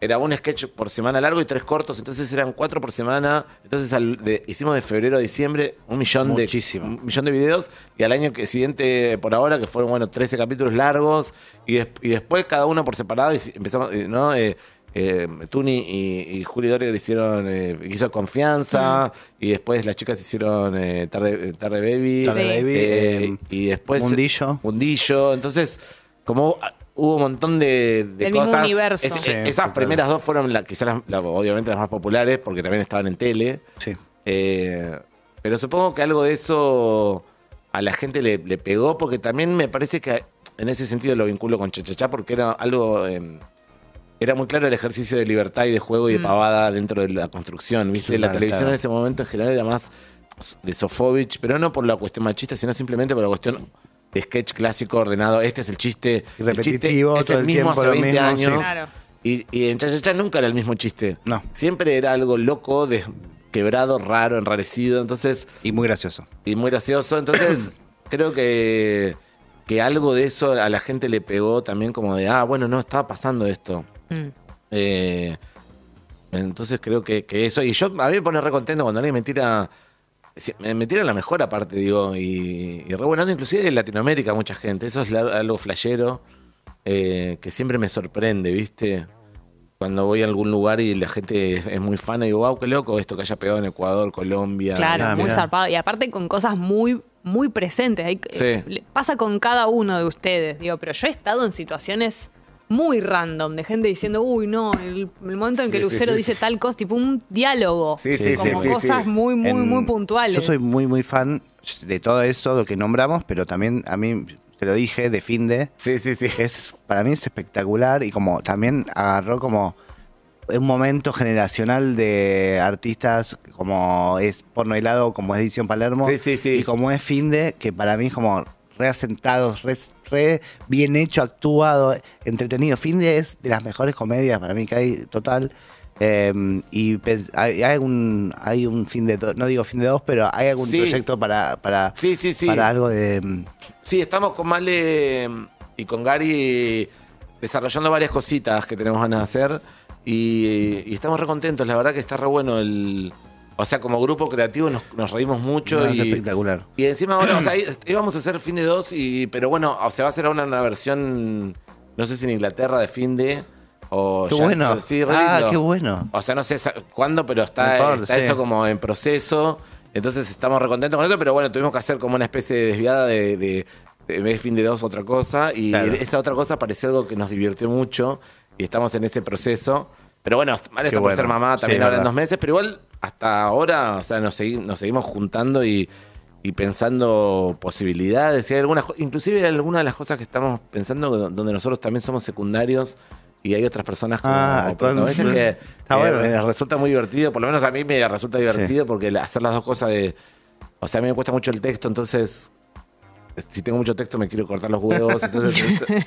era un sketch por semana largo y tres cortos, entonces eran cuatro por semana. Entonces al- de- hicimos de febrero a diciembre un millón Muchísimo. de un millón de videos y al año que- siguiente por ahora que fueron bueno 13 capítulos largos y, des- y después cada uno por separado y si- empezamos eh, no Eh, eh, Tuni y, y Juli Doria hicieron eh, hizo confianza y después las chicas hicieron eh, tarde eh, tarde baby Tarde Sí. Baby, eh, eh, y después. Mundillo. Mundillo. Entonces, como ah, hubo un montón de, de Del mismo cosas. universo. Es- Sí, esas primeras dos fueron la- quizás las- la- obviamente las más populares, porque también estaban en tele. Sí. Eh, pero supongo que algo de eso a la gente le, le pegó, porque también me parece que en ese sentido lo vinculo con Chachachá, porque era algo. eh, era muy claro el ejercicio de libertad y de juego y de pavada dentro de la construcción, Sí, ¿viste? la Mm. claro, televisión claro. en ese momento en general era más. de Sofovich, pero no por la cuestión machista, sino simplemente por la cuestión de sketch clásico ordenado. Este es el chiste. Y el chiste repetitivo, es todo el el mismo tiempo hace lo 20 mismo, sí. años. Claro. Y, y en Chachachá nunca era el mismo chiste. No. Siempre era algo loco, des- quebrado, raro, enrarecido. Entonces, Y muy gracioso. y muy gracioso. Entonces, creo que, que algo de eso a la gente le pegó también como de, ah, bueno, no, estaba pasando esto. Mm. Eh, entonces creo que, que eso. Y yo a mí me pone re contento cuando alguien me tira. si- Me me tira la mejor aparte, digo. Y, y re bueno, inclusive de Latinoamérica, mucha gente. Eso es la- algo flashero eh, que siempre me sorprende, ¿viste? Cuando voy a algún lugar y la gente es muy fan, digo, wow, qué loco esto que haya pegado en Ecuador, Colombia. Claro, Ah, muy mirá. zarpado. Y aparte con cosas muy, muy presentes. Hay- Sí. eh, le- pasa con cada uno de ustedes, digo, pero yo he estado en situaciones muy random, de gente diciendo, uy, no, el, el momento en que Sí, sí, Lucero sí, dice tal cosa, tipo un diálogo. Sí, sí, como sí, sí, cosas muy, muy, En- muy puntuales. eh. Yo soy muy, muy fan de todo eso, lo que nombramos, pero también a mí, te lo dije, de Finde, Sí, sí, sí. es, para mí es espectacular y como también agarró como un momento generacional de artistas como es Porno Helado, como es Edición Palermo Sí, sí, sí. y como es Finde, que para mí es como reasentados, re, re bien hecho, actuado, entretenido. Finde es de las mejores comedias para mí que hay total. Eh, y pens- hay, hay un hay un fin de do- no digo fin de dos pero hay algún Sí. proyecto para para, Sí, sí, sí. para algo de mm, Sí, estamos con Male mm, y con Gary desarrollando varias cositas que tenemos ganas de hacer y, y estamos re contentos, la verdad que está re bueno el... O sea, como grupo creativo nos, nos reímos mucho no, es y, espectacular y encima ahora, o sea, ahí íbamos a hacer fin de dos, y, pero bueno, o se va a hacer ahora una versión, no sé si en Inglaterra de fin de... O Qué ya- bueno. sí, re ah, lindo. qué bueno. O sea, no sé sa- cuándo, pero está, No importa, está sí. eso como en proceso. Entonces estamos recontentos con eso, pero bueno, tuvimos que hacer como una especie de desviada de, de, de- en vez de fin de dos otra cosa. Y Claro. esa otra cosa pareció algo que nos divirtió mucho y estamos en ese proceso. Pero bueno, mal está Qué por ser bueno. mamá Sí, también ahora en verdad. dos meses, pero igual hasta ahora, o sea, nos, segui- nos seguimos juntando y, y pensando posibilidades. Y hay algunas, co- inclusive hay algunas de las cosas que estamos pensando donde nosotros también somos secundarios y hay otras personas como Ah, actuando. protagonistas que, Está que bueno. me resulta muy divertido, por lo menos a mí me resulta divertido porque la- hacer las dos cosas de... O sea, a mí me cuesta mucho el texto, entonces... Si tengo mucho texto me quiero cortar los huevos, entonces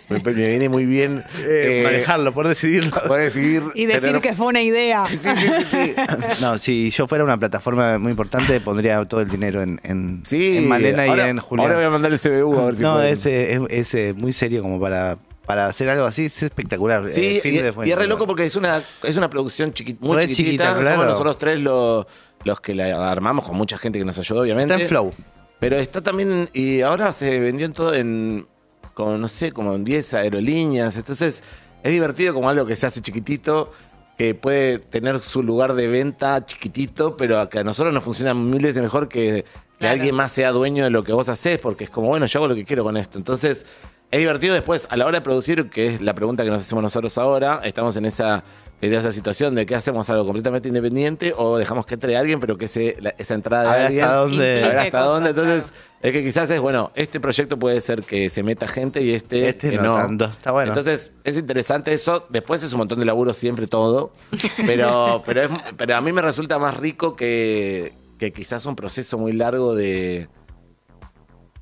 me, me viene muy bien eh, manejarlo, por decidirlo. poder decidir... y decir tener- que fue una idea. Sí, sí, sí, sí, sí. No, si yo fuera una plataforma muy importante, pondría todo el dinero en, en, Sí, en Malena ahora- y en Julián. Ahora voy a mandar el CBU a ver si no, pueden. ese es, ese es muy serio como para, para hacer algo así, es espectacular. Sí, Eh, y, Finde es y bueno. es re loco porque es una, es una producción chiqui- muy Re chiquitita. chiquita, Somos claro. nosotros tres los, los que la armamos con mucha gente que nos ayudó, obviamente. Está en flow. Pero está también, y ahora se vendió en todo en, como no sé, como en 10 aerolíneas. Entonces es divertido como algo que se hace chiquitito, que puede tener su lugar de venta chiquitito, pero que a nosotros nos funciona mil veces mejor que, que Claro. alguien más sea dueño de lo que vos haces, porque es como, bueno, yo hago lo que quiero con esto. Entonces es divertido después, a la hora de producir, que es la pregunta que nos hacemos nosotros ahora, estamos en esa... En esa situación de que hacemos algo completamente independiente o dejamos que entre alguien, pero que ese- la- esa entrada de A ver hasta alguien dónde- a ver hasta Cosas, dónde. Entonces, claro. es que quizás es, bueno, este proyecto puede ser que se meta gente y este, Este que no tanto. Está bueno. Entonces, es interesante eso. Después es un montón de laburo siempre todo. Pero, pero, es- pero a mí me resulta más rico que, que quizás un proceso muy largo de...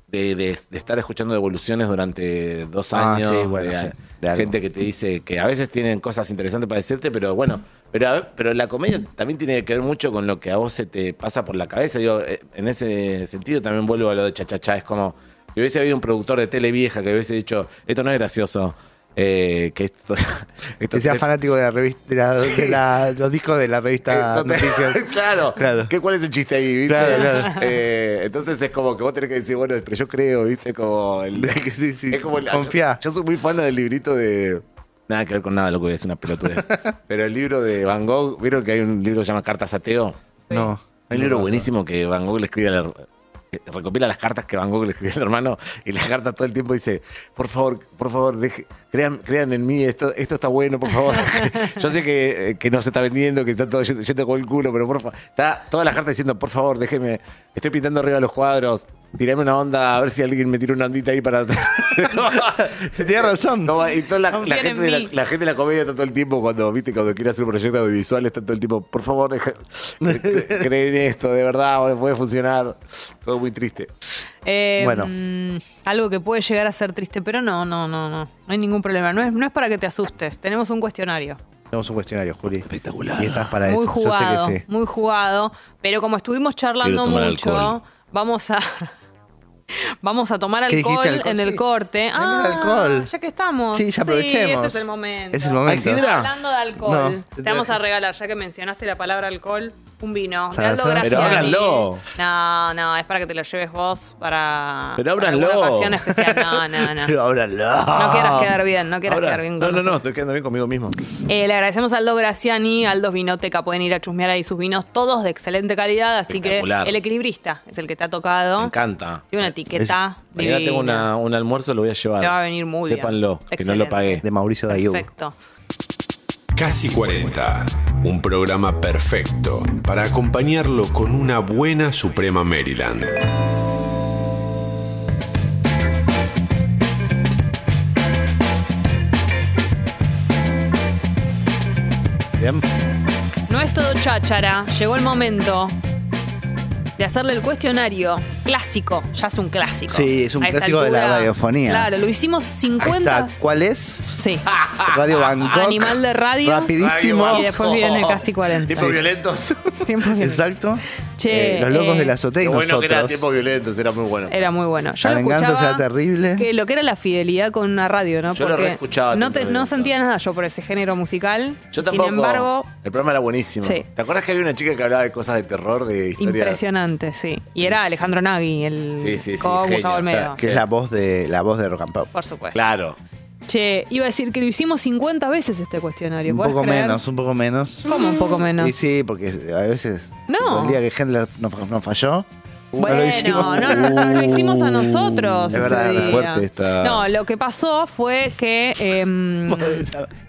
De, de- de estar escuchando devoluciones durante dos Ah, años sí, bueno, de- sí, de algo. gente que te dice que a veces tienen cosas interesantes para decirte pero bueno pero, a- pero la comedia también tiene que ver mucho con lo que a vos se te pasa por la cabeza digo eh, en ese sentido también vuelvo a lo de chachachá es como que hubiese habido un productor de tele vieja que hubiese dicho esto no es gracioso eh, que esto, esto Que sea esto- fanático de la revista, de, la- Sí. de la- los discos de la revista esto te- Noticias. claro, Claro. ¿Qué, ¿Cuál es el chiste ahí? ¿viste? Claro, claro. Eh, entonces es como que vos tenés que decir, bueno, pero yo creo, ¿viste? Como el, Que sí, sí, es como el- confía. Yo soy muy fan del librito de. Nada que ver con nada, lo que es una pelotudez. Pero el libro de Van Gogh, ¿vieron que hay un libro que se llama Cartas a Teo? No. Hay un libro buenísimo que Van Gogh le escribe a la, eh, recopila las cartas que Van Gogh le escribió al hermano y las cartas todo el tiempo dice, por favor, por favor, deje- crean, crean en mí, esto, esto está bueno, por favor. Yo sé que, eh, que no se está vendiendo, que está todo yendo, yendo con el culo, pero por favor, está todas las cartas diciendo, por favor, déjeme, estoy pintando arriba los cuadros, tirame una onda, a ver si alguien me tira una ondita ahí para... Tienes razón. No, y toda la, la Confíen gente en de la, mí. la gente de la comedia está todo el tiempo cuando, viste, cuando quiere hacer un proyecto audiovisual, está todo el tiempo, por favor, deja, creen en esto, de verdad, puede funcionar. Todo muy triste. Eh, Bueno. mm, algo que puede llegar a ser triste, pero no, no, no, no. No hay ningún problema. No es, no es para que te asustes. Tenemos un cuestionario. Tenemos un cuestionario, Juli. Espectacular. Y estás para muy eso. Yo jugado, sé que sí. muy jugado. Pero como estuvimos charlando Quiero tomar mucho, alcohol. vamos a. Vamos a tomar ¿Qué dijiste, alcohol, alcohol? en el Sí. corte. Tenemos Ah, alcohol. ya que estamos. Sí, ya aprovechemos. este es el momento. Es el momento. ¿Hay sidra? Hablando de alcohol, No. te vamos a regalar, ya que mencionaste la palabra alcohol, un vino. De Salazar. Aldo Graciani. Pero ábranlo. No, no, es para que te lo lleves vos para. Pero para ábranlo. alguna ocasión especial. No, no, no. Pero ábralo. No quieras Ah. quedar bien, no quieras quedar bien no, con no, no, nosotros. estoy quedando bien conmigo mismo. Eh, le agradecemos a Aldo Graciani, Aldo Vinoteca. Pueden ir a chusmear ahí sus vinos, todos de excelente calidad. Así que Espectacular. el equilibrista es el que te ha Me tocado. encanta. Tiene una etiqueta. Mañana divina. tengo una- un almuerzo, lo voy a llevar. Te va a venir muy bien. Sépanlo, que no Excelente. lo pagué. De Mauricio Dayú. Perfecto. Casi 40. Un programa perfecto para acompañarlo con una buena Suprema Maryland. Bien. No es todo cháchara. Llegó el momento de hacerle el cuestionario clásico. Ya es un clásico. Sí, es un A esta clásico de la radiofonía. Claro, lo hicimos Ahí 50. está. ¿Cuál es? Sí. Radio Bangkok. Animal de radio. Rapidísimo. Radio Y después viene casi 40. Tiempos violentos. Tiempo bien. Exacto. Che, Eh, los locos eh, de la azotea y Lo bueno que era nosotros. tiempos violentos, era muy bueno. Era muy bueno. Yo La lo venganza escuchaba será terrible. Que lo que era la fidelidad con una radio, ¿no? Yo lo reescuchaba no, tanto te- de no vuelta. sentía nada yo por ese género musical. Yo tampoco. Sin embargo, el programa era buenísimo. Sí. ¿Te acuerdas que había una chica que hablaba de cosas de terror, de historias? impresionante, sí. Y era Alejandro Nagui, el Sí, sí, sí, con genio. Gustavo Olmedo. Que es la voz de la voz de Rock and Pop. Por supuesto. Claro. Che, iba a decir que lo hicimos 50 veces este cuestionario. Un ¿podés poco creer? menos, un poco menos. ¿Cómo un poco menos? Y sí, porque a veces. No. El día que Hendler no, no falló. Bueno, no lo no, hicimos. no, no, no, lo hicimos a nosotros. Es ese verdad, día. fuerte esta- No, lo que pasó fue que. em,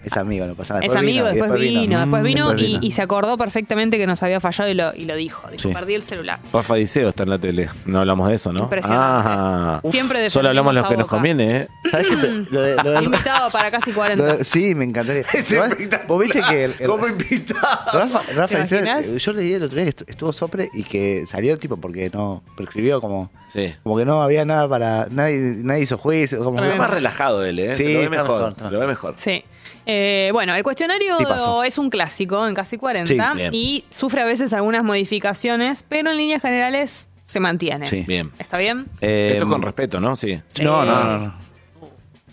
Es amigo, no pasa nada. es amigo, vino, y después, vino, después vino, Mm, después y, y se acordó perfectamente que nos había fallado y lo, y lo dijo. Dijo, Sí. perdí el celular. Rafa Diceo está en la tele. No hablamos de eso, ¿no? Impresionante. Ah. Uf. Siempre Solo defendimos hablamos los que a nos Boca. conviene, ¿eh? ¿Sabes qué? Lo de- lo de- Invitado para casi lo 40. de- sí, me encantaría. Igual, Vos viste que el- el- invitado? Rafa, Rafa ¿Te Diceo, imaginas? yo leí el otro día que estu- estuvo sopre y que salió tipo porque no prescribió como Sí. como que no había nada para nadie nadie hizo juicio como Lo que- más relajado él, ¿eh? Sí, Se lo ve está mejor. mejor, está Lo ve mejor. Sí. Eh, bueno, el cuestionario Sí, pasó. es un clásico en casi 40 Sí, bien. y sufre a veces algunas modificaciones, pero en líneas generales se mantiene. Sí. Bien. ¿Está bien? Eh, Esto con respeto, ¿no? Sí. no, Sí. no, no, no.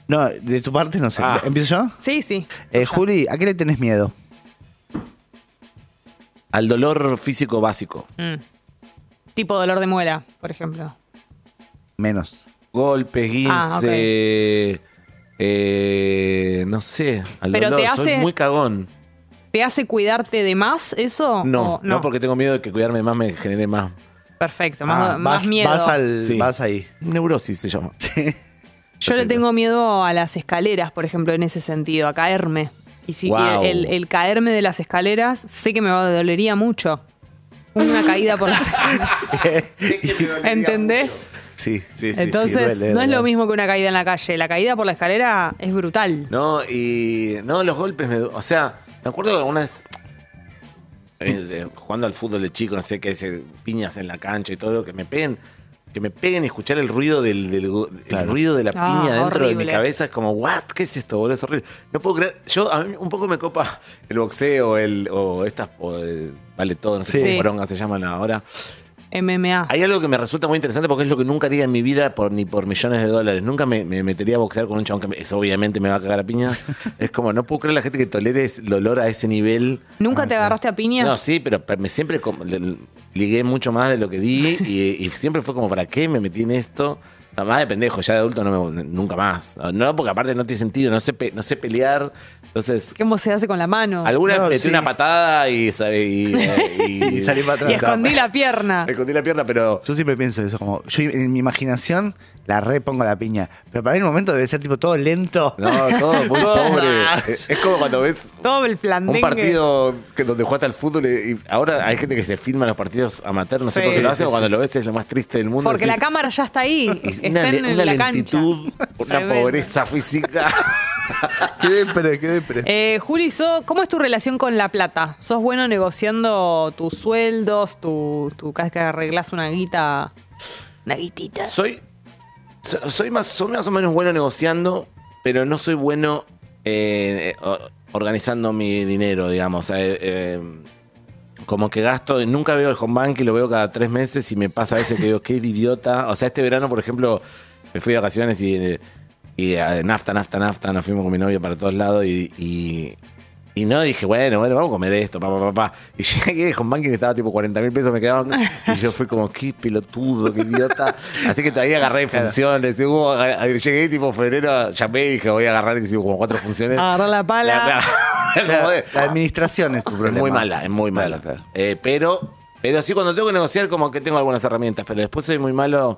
No, de tu parte no sé. Ah. ¿Empiezo yo? Sí, sí. Eh, Juli, ¿a qué le tenés miedo? Al dolor físico básico. Mm. Tipo dolor de muela, por ejemplo. Menos. Golpes, guince. Ah, ok. eh, no sé. Al Pero dolor. te hace- Soy muy cagón. ¿Te hace cuidarte de más eso? No, ¿O no, porque tengo miedo de que cuidarme más me genere más. Perfecto, más, Ah, más vas, miedo. Vas, al, Sí. vas ahí. Neurosis se llama. Yo le Perfecto. tengo miedo a las escaleras, por ejemplo, en ese sentido, a caerme. Y si Guau. el, el caerme de las escaleras, sé que me va- dolería mucho. Una caída por las escaleras. ¿Entendés? Sí. Sí, sí, Entonces, duele, no es duele. lo mismo que una caída en la calle. La caída por la escalera es brutal. sí. No, y. No, los golpes me. du- O sea, me acuerdo que alguna vez. eh, de- jugando al fútbol de chico, no sé qué, se- piñas en la cancha y todo, lo que me peguen. Que me peguen y escuchar el ruido del, del go- el ruido de la Ah, piña dentro de mi horrible. cabeza es como, ¿what? ¿Qué es esto, boludo? Es horrible. No puedo creer. Yo, a mí un poco me copa el boxeo, el, o estas, o el- vale todo, no sé Sí. cómo poronga se llaman ahora. MMA. Hay algo que me resulta muy interesante porque es lo que nunca haría en mi vida por, ni por millones de dólares. Nunca me, me metería a boxear con un chabón que me- eso obviamente me va a cagar a piña. es como, no puedo creer la gente que tolere ese- el dolor a ese nivel. ¿Nunca te agarraste a piña? Ah, No, sí, pero pa- me siempre com- le- ligué mucho más de lo que vi y, y siempre fue como, ¿para qué me metí en esto? No, más de pendejo, ya de adulto no me, nunca más. No, porque aparte no tiene sentido, no sé, pe- no sé pelear. Entonces, ¿Cómo se hace con la mano? alguna No, metí sí. una patada y, sa- y, eh, Y salí para atrás. Y escondí la pierna. Escondí la pierna, pero Yo siempre pienso eso, como yo en mi imaginación la repongo a la piña, pero para mí el momento debe ser tipo todo lento. no, todo muy Todo mal. pobre. Eh, Es- Es como cuando ves Todo el plan un partido que donde jugaste al fútbol y y ahora hay gente que se filma los partidos amateur, no sé Sí, por qué lo hace, sí, o cuando sí. lo ves es lo más triste del mundo. Porque la decís, cámara ya está ahí. "Es Estén una, le- en una la cancha. lentitud, una Tremendo. pobreza física. Qué depre, qué depre. Eh, Juli, so- ¿cómo es tu relación con la plata? ¿Sos bueno negociando tus sueldos, tu, tu cada vez que arreglás una guita? Una guitita. soy, so- soy, más, soy más o menos bueno negociando, pero no soy bueno eh, eh, o- organizando mi dinero, digamos. Eh, eh, como que gasto, nunca veo el home bank y lo veo cada tres meses y me pasa a veces que digo, qué idiota. O sea, este verano, por ejemplo, me fui de vacaciones y, eh, y eh, nafta, nafta, nafta, nos fuimos con mi novia para todos lados y, y, y no dije, bueno, bueno, vamos a comer esto, papá, papá. Pa, pa. Y llegué con banking estaba tipo 40 mil pesos, me quedaban. Y yo fui como, qué pelotudo, qué idiota. Así que todavía agarré funciones. y hubo- eh, llegué tipo febrero, llamé y dije, voy a agarrar y hicimos como cuatro funciones. Agarrar la pala. Como La, de- la administración es tu problema. es muy mala, es muy mala. Claro, claro. Eh, pero, pero sí, cuando tengo que negociar, como que tengo algunas herramientas, pero después soy muy malo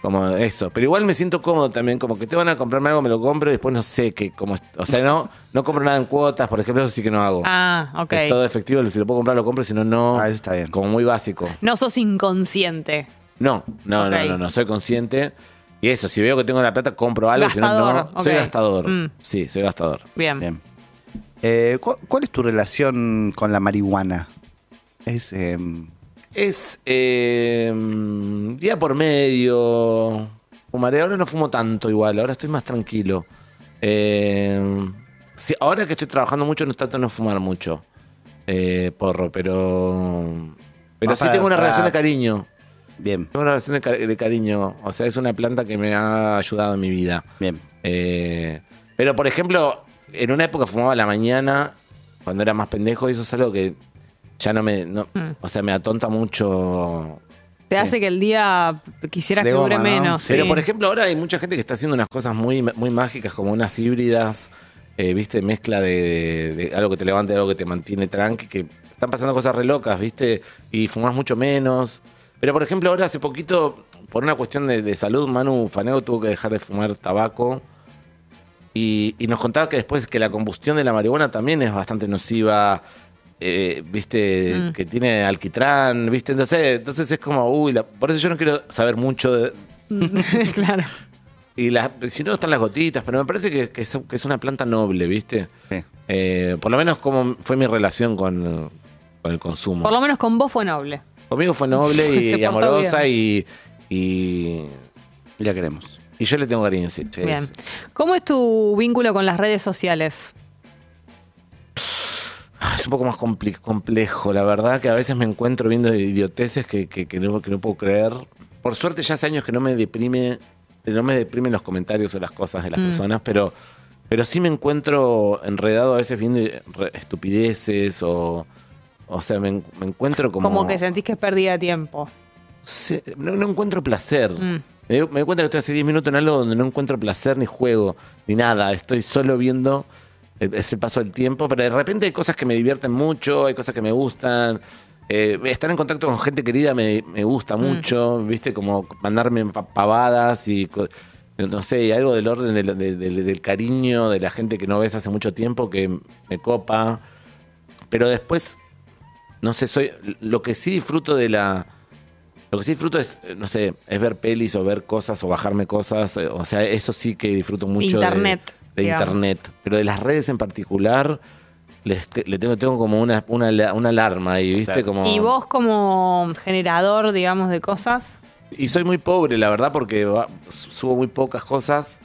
como eso. Pero igual me siento cómodo también, como que te van a comprarme algo, me lo compro y después no sé qué, como, o sea, no, no compro nada en cuotas, por ejemplo, eso sí que no hago. Ah, ok. Es todo efectivo, si lo puedo comprar, lo compro, si no, no. Ah, eso está bien. Como muy básico. No sos inconsciente. No, no, Ok. no, no, no, soy consciente. Y eso, si veo que tengo la plata, compro algo, y si no, no. Gastador, Soy ok. gastador. Mm. Sí, soy gastador. Bien. Bien. Eh, ¿cu- ¿Cuál es tu relación con la marihuana? Es, eh, Es eh, día por medio. Fumaré. Ahora no fumo tanto igual, ahora estoy más tranquilo. Eh, sí, ahora que estoy trabajando mucho, no trato de no fumar mucho. eh, porro, pero. Pero Más sí para- tengo una para- relación de cariño. bien, Tengo una relación de, ca- de cariño. O sea, es una planta que me ha ayudado en mi vida. bien. Eh, pero, por ejemplo, en una época fumaba a la mañana, cuando era más pendejo, y eso es algo que ya no me. no- Mm. O sea, me atonta mucho. Te hace que el día quisieras De que dure goma, ¿no? menos. Pero, sí. por ejemplo, ahora hay mucha gente que está haciendo unas cosas muy, muy mágicas, como unas híbridas, eh, ¿viste? Mezcla de, de algo que te levanta y algo que te mantiene tranqui, que están pasando cosas re locas, ¿viste? Y fumas mucho menos. Pero, por ejemplo, ahora hace poquito, por una cuestión de, de salud, Manu Fanego tuvo que dejar de fumar tabaco. Y, y nos contaba que después que la combustión de la marihuana también es bastante nociva, eh, viste, Mm. que tiene alquitrán, viste, entonces, entonces es como, uy, la- por eso yo no quiero saber mucho de, claro. y las, si no están las gotitas, pero me parece que, que es, que es una planta noble, ¿viste? Sí. Eh, por lo menos como fue mi relación con, con el consumo. Por lo menos con vos fue noble. Conmigo fue noble y, Se portó amorosa y, y, Y la queremos. y yo le tengo cariño, sí. Bien. ¿Cómo es tu vínculo con las redes sociales? Ah, Es un poco más compli- complejo, la verdad que a veces me encuentro viendo idioteces que, que- que no, que no puedo creer. Por suerte ya hace años que no me deprime, que no me deprimen los comentarios o las cosas de las Mm. personas, pero, pero sí me encuentro enredado a veces viendo re- estupideces o... O sea, me, en- me encuentro como... Como, que sentís que es pérdida de tiempo. se- no, no encuentro placer. Mm. Me, doy- me doy cuenta que estoy hace 10 minutos en algo donde no encuentro placer ni juego, ni nada. Estoy solo viendo eh, ese paso del tiempo, pero de repente hay cosas que me divierten mucho, hay cosas que me gustan. Eh, estar en contacto con gente querida me, me gusta mucho, ¿viste? Como mandarme pa- pavadas y. co- No sé, y algo del orden del, del- del- del cariño de la gente que no ves hace mucho tiempo que me copa. Pero después, no sé, soy. Lo que sí disfruto de la. Lo que sí disfruto es, eh, no sé, es ver pelis o ver cosas o bajarme cosas. eh, O sea, eso sí que disfruto mucho. de- Internet, De, digamos. internet. Pero de las redes en particular, les te- le tengo, tengo como una, una, ala- una alarma ahí, ¿viste? Claro. Como, ¿Y vos como generador, digamos, de cosas? Y soy muy pobre, la verdad, porque va- subo muy pocas cosas.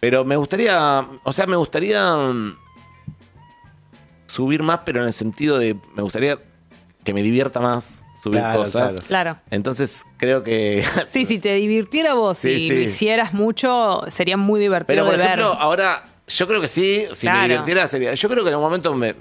Pero me gustaría, o sea, me gustaría mm, subir más, pero en el sentido de, me gustaría que me divierta más subir Claro, cosas. claro. Claro. Entonces creo que... Sí, si te divirtiera vos Sí, y sí. lo hicieras mucho, sería muy divertido Pero por de ver. ejemplo, ahora, yo creo que sí, si Claro. me divirtiera sería. Yo creo que en un momento me.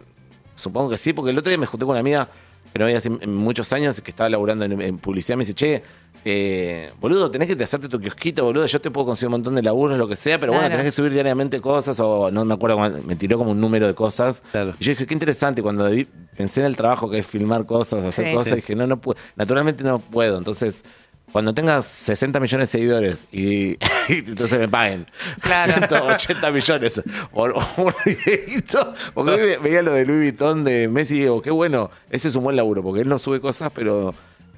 Supongo que sí, porque el otro día me junté con una amiga que no veía hace m- muchos años que estaba laburando en, en publicidad. Me dice, che, eh, boludo, tenés que hacerte tu kiosquito, boludo. Yo te puedo conseguir un montón de laburos, lo que sea, pero bueno, Claro. tenés que subir diariamente cosas o no me acuerdo, cómo- me tiró como un número de cosas. Claro. Y yo dije, qué interesante. Cuando vi- pensé en el trabajo que es filmar cosas, hacer Sí. cosas, Sí. dije, no, no puedo. Naturalmente no puedo. Entonces, cuando tengas 60 millones de seguidores y, y entonces me paguen Claro. 180 millones por un videíto. Porque hoy ve- veía lo de Louis Vuitton de Messi y digo, qué bueno, ese es un buen laburo, porque él no sube cosas, pero.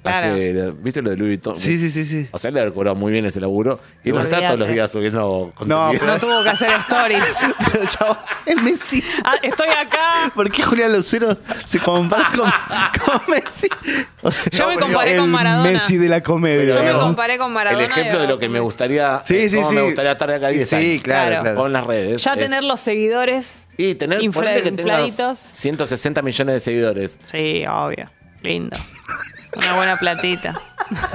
Claro. hace- ¿Viste lo de Louis Vuitton? Sí, sí, sí, sí. O sea, él le ha curado muy bien ese laburo. Y él no está Olvídate. todos los días subiendo contenido. No, pero- No tuvo que hacer stories. Pero chavo, es Messi. Ah, estoy acá. ¿Por qué Julián Lucero se compara con, con Messi? Yo me comparé con Maradona. El Messi de la comedia. Yo me Pero ¿no? comparé con Maradona. El ejemplo y- de lo que me gustaría. eh, Sí, sí, cómo sí. me gustaría estar de acá 10 Sí, años. claro, Claro. claro. Con las redes. Ya es- tener los seguidores. Y tener. infla- Ponele que tengas infladitos. 160 millones de seguidores. Sí, obvio. Lindo. Una buena platita.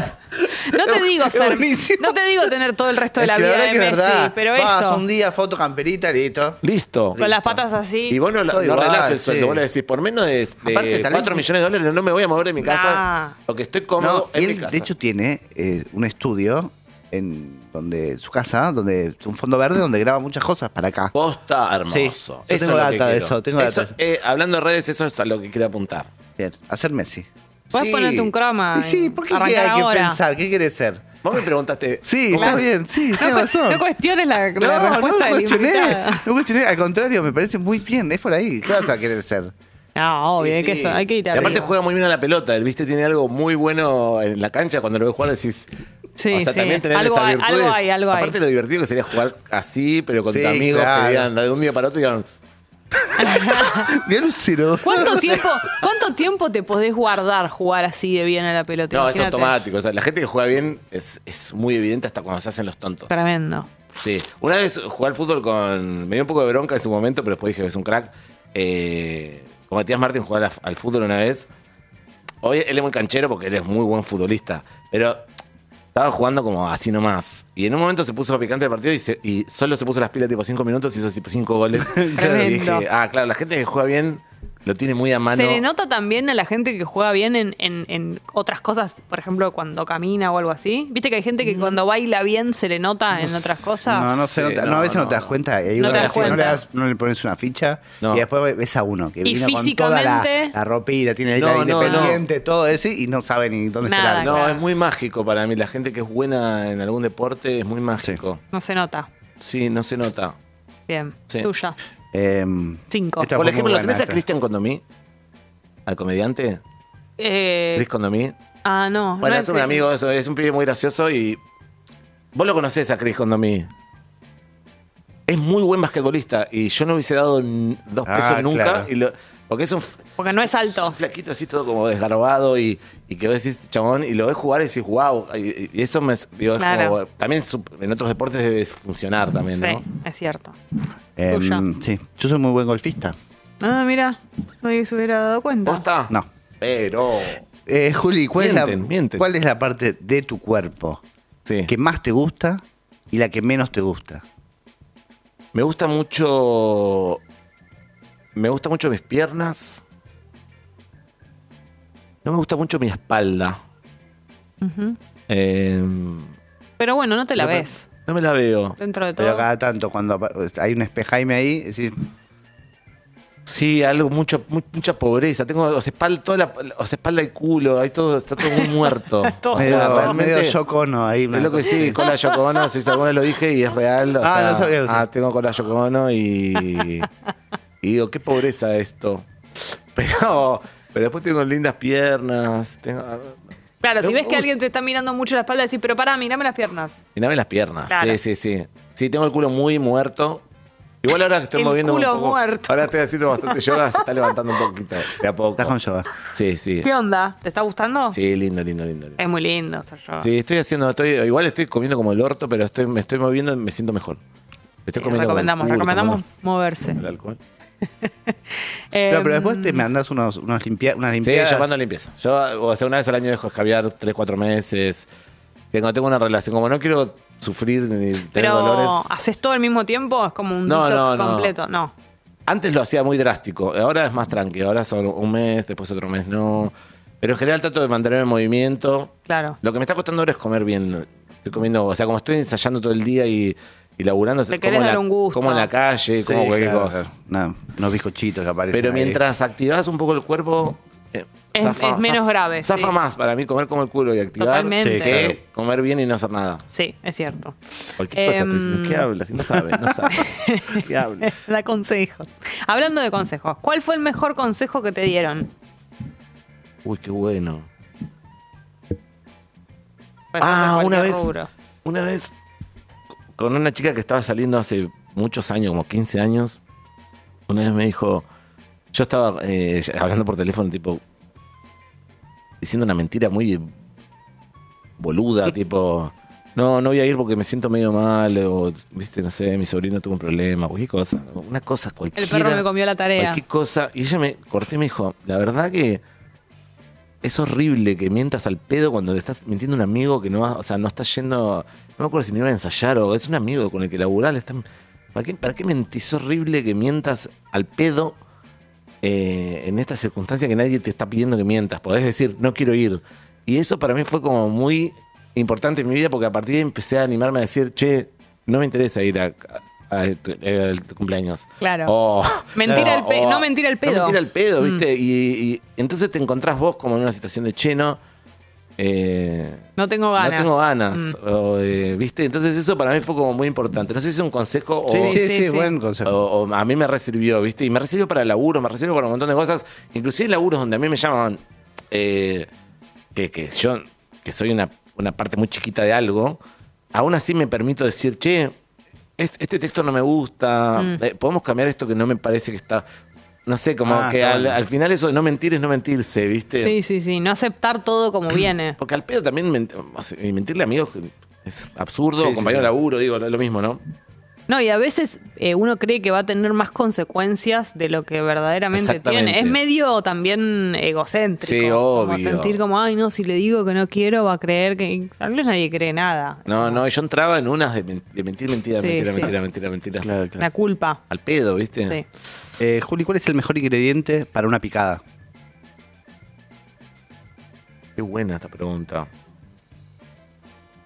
No te digo Es ser, buenísimo. no te digo tener todo el resto de la Es que vida verdad de que Messi, es verdad. pero Vas eso un día, foto, camperita, listo. Listo. con las patas así. Y vos no, no Todo igual, arreglás el sueldo. sí. Vos le decís, por menos de, de Aparte, tal vez- 4 millones de dólares no me voy a mover de mi casa. Nah. Lo que estoy No, cómodo y en mi él, casa. de hecho, tiene eh, un estudio en donde su casa, donde un fondo verde donde graba muchas cosas para acá. Posta hermoso. Sí, yo eso tengo es lo data que de quiero. eso, tengo data de eso. eh, hablando de redes, eso es a lo que quiero apuntar. Bien, hacer Messi. Puedes Sí. ponerte un croma. Y sí, y ¿por qué arrancar hay que ahora. pensar? ¿Qué quieres ser? Vos me preguntaste. Sí, ¿cómo- está bien, sí, No, tienes cu- razón. no cuestiones la, No, la respuesta no del cuestioné, invitado. no cuestioné, al contrario, me parece muy bien, es por ahí. ¿Qué vas a querer ser? No, obvio, Sí, hay, que, sí. so- hay que ir Y aparte arriba. juega muy bien a la pelota. El viste tiene algo muy bueno en la cancha. Cuando lo ves jugar decís. Sí, o sea, sí. también tener Algo esas hay- virtudes. algo hay, algo hay. Aparte lo divertido que sería jugar así, pero con Sí, tus amigos claro. que digan, de un día para otro digan, Bien Lucero. ¿Cuánto tiempo, ¿Cuánto tiempo te podés guardar jugar así de bien a la pelota? no, es Imagínate. automático. O sea, la gente que juega bien es, es muy evidente hasta cuando se hacen los tontos. Tremendo. Sí. Una vez jugué al fútbol con. Me dio un poco de bronca en su momento, pero después dije es un crack. Eh, con Matías Martín jugué al, al fútbol una vez. Hoy él es muy canchero porque él es muy buen futbolista. Pero estaba jugando como así nomás. Y en un momento se puso picante el partido y, se- y solo se puso las pilas tipo 5 minutos y hizo tipo 5 goles. y Tremendo. dije, ah, claro, la gente que juega bien lo tiene muy a mano. Se le nota también a la gente que juega bien en, en- en otras cosas, por ejemplo, cuando camina o algo así. Viste que hay gente que cuando baila bien se le nota en otras cosas. Mm. No, no Sí, se nota. No, no, a veces no, no. te das cuenta. y hay No uno te que das si no le, cuenta. das- no le pones una ficha No. y después ves a uno que Y vino con toda la, físicamente- la ropita, tiene ahí No, la no, independiente, todo ese, y no sabe ni dónde Nada. está No, la Claro. es muy mágico para mí. La gente que es buena en algún deporte es muy mágico. No se nota. Sí, no se nota. Bien. Sí. Tuya. Em, Cinco. esta fue Por muy ejemplo, ¿lo buena tenés a esta. Cristian Condomí? ¿Al comediante? Eh, Chris Condomí. ah, no. Bueno, no es un amigo, es, es un pibe muy gracioso y. Vos lo conocés a Chris Condomí. Es muy buen basquetbolista y yo no hubiese dado n- dos Ah, pesos nunca. claro. y lo- porque es un. f- Porque no es alto. un flaquito así todo como desgarbado y, y que vos decís, chabón, y lo ves jugar y decís, wow. Y, y eso me. digo, es Claro. como- también su- en otros deportes debe funcionar también, ¿no? Sí, es cierto. Em, Tuya. sí, yo soy muy buen golfista. Ah, mira. No se hubiera dado cuenta. ¿Posta? No. Pero. Eh, Juli, ¿cuál, es la, Mienten, mienten. ¿cuál es la parte de tu cuerpo Sí. que más te gusta y la que menos te gusta? Me gusta mucho. Me gusta mucho mis piernas. No me gusta mucho mi espalda. Ujú. Eh, Pero bueno, no te la no me- ves. No me la veo. Dentro de Pero todo. cada tanto, cuando apa- hay un espejaime ahí, decís, Sí, algo, mucho, mu- mucha pobreza. Tengo o sea, espalda, toda la, o sea, espalda y culo. Ahí todo, está todo muy muerto. Todo O sea, medio, realmente- medio Yocono ahí. Es lo que sí, cola Yocobono, si alguna vez lo dije y es real. o Ah, sea, no sabía eso. Ah, tengo cola Yocobono y. Y digo, qué pobreza esto. Pero, pero después tengo lindas piernas. Tengo, Claro, si Pero- ves que Uy. alguien te está mirando mucho la espalda, decís, pero pará, mirame las piernas. Mirame las piernas. Claro. Sí, sí, sí. Sí, tengo el culo muy muerto. Igual ahora que estoy El moviendo culo un poco. muerto. Ahora estoy haciendo bastante yoga, se está levantando un poquito. De a poco. Estás con yoga. Sí, sí. ¿Qué onda? ¿Te está gustando? Sí, lindo, lindo, lindo. lindo. Es muy lindo hacer yoga. Sí, estoy haciendo, estoy, igual estoy comiendo como el orto, pero estoy, me estoy moviendo y me siento mejor. Me estoy Eh, comiendo como el recomendamos, culo, recomendamos tomando moverse. el alcohol. Pero, pero Em, después te mandas unos, unos limpia, unas Sí, limpiadas. yo cuando limpieza. Yo, o sea, una vez al año dejo escabiar tres, cuatro meses. Tengo, tengo una relación, como no quiero sufrir ni tener Pero dolores. haces todo al mismo tiempo, es como un No, detox no, no. completo. No. Antes lo hacía muy drástico, ahora es más tranqui, ahora son un mes, después otro mes no. Pero en general trato de mantenerme en movimiento. Claro. Lo que me está costando ahora es comer bien. Estoy comiendo, o sea, como estoy ensayando todo el día y, y laburando, Le como, querés en dar la- un gusto. como en la calle, como Sí, cualquier claro, cosa. claro. Nada, unos bizcochitos que aparecen. Pero ahí. mientras activas un poco el cuerpo. eh, Es- es menos grave, sí. Zafa más para mí comer como el culo y activar Totalmente. que Sí, claro. comer bien y no hacer nada. Sí, es cierto. Cualquier cosa te dicen, Em, ¿qué hablas? Y no sabes, no sabes. ¿Qué hablas? Da consejos. Hablando de consejos, ¿cuál fue el mejor consejo que te dieron? Uy, qué bueno. Puede ser de Ah, Pues, cualquier una vez. rubro. Una vez con una chica que estaba saliendo hace muchos años, como 15 años, una vez me dijo. Yo estaba eh, hablando por teléfono, tipo. diciendo una mentira muy boluda, tipo. No, no voy a ir porque me siento medio mal, o, viste, no sé, mi sobrino tuvo un problema, cualquier cosa. Una cosa cualquiera. El perro me comió la tarea. Cualquier cosa. Y ella me corté y me dijo, la verdad que es horrible que mientas al pedo cuando le estás mintiendo a un amigo que no va, o sea, no estás yendo, no me acuerdo si no iba a ensayar o es un amigo con el que laburar, le están, ¿para qué, para qué mentís? Es horrible que mientas al pedo eh, en esta circunstancia que nadie te está pidiendo que mientas. Podés decir, no quiero ir. Y eso para mí fue como muy importante en mi vida porque a partir de ahí empecé a animarme a decir, che, no me interesa ir a- a- a tu- al cumpleaños. Claro. O- Mentira al pe- o- no mentir al pedo. No mentir al pedo, Mm. ¿viste? Y, y entonces te encontrás vos como en una situación de cheno. No tengo ganas. No tengo ganas. Mm. o, eh, ¿Viste? Entonces eso para mí fue como muy importante. No sé si es un consejo o, Sí, sí, Sí, sí, sí. buen consejo. o- o a mí me recibió, ¿viste? Y me recibió para laburo, me recibió para un montón de cosas. Inclusive laburos donde a mí me llaman eh, que, que yo, que soy una, una parte muy chiquita de algo, aún así me permito decir, che, es- este texto no me gusta, Mm. eh, podemos cambiar esto que no me parece que está... No sé, como Ah, que está al, bueno. al final eso de no mentir es no mentirse, ¿viste? Sí, sí, sí. No aceptar todo como viene. Porque al pedo también ment- o sea, y mentirle a amigos es absurdo, Sí, sí, compañero sí. de laburo, digo, lo lo mismo, ¿no? No, y a veces eh, uno cree que va a tener más consecuencias de lo que verdaderamente Exactamente. tiene. Es medio también egocéntrico. Sí, Como obvio. sentir como, ay, no, si le digo que no quiero, va a creer que. y Tal vez nadie cree nada. No, no, yo entraba en unas de, men- de mentir, mentira, Sí, mentira, sí. mentira, mentira, mentira. Claro, claro. La culpa. Al pedo, ¿viste? Sí. Eh, Juli, ¿cuál es el mejor ingrediente para una picada? Qué buena esta pregunta.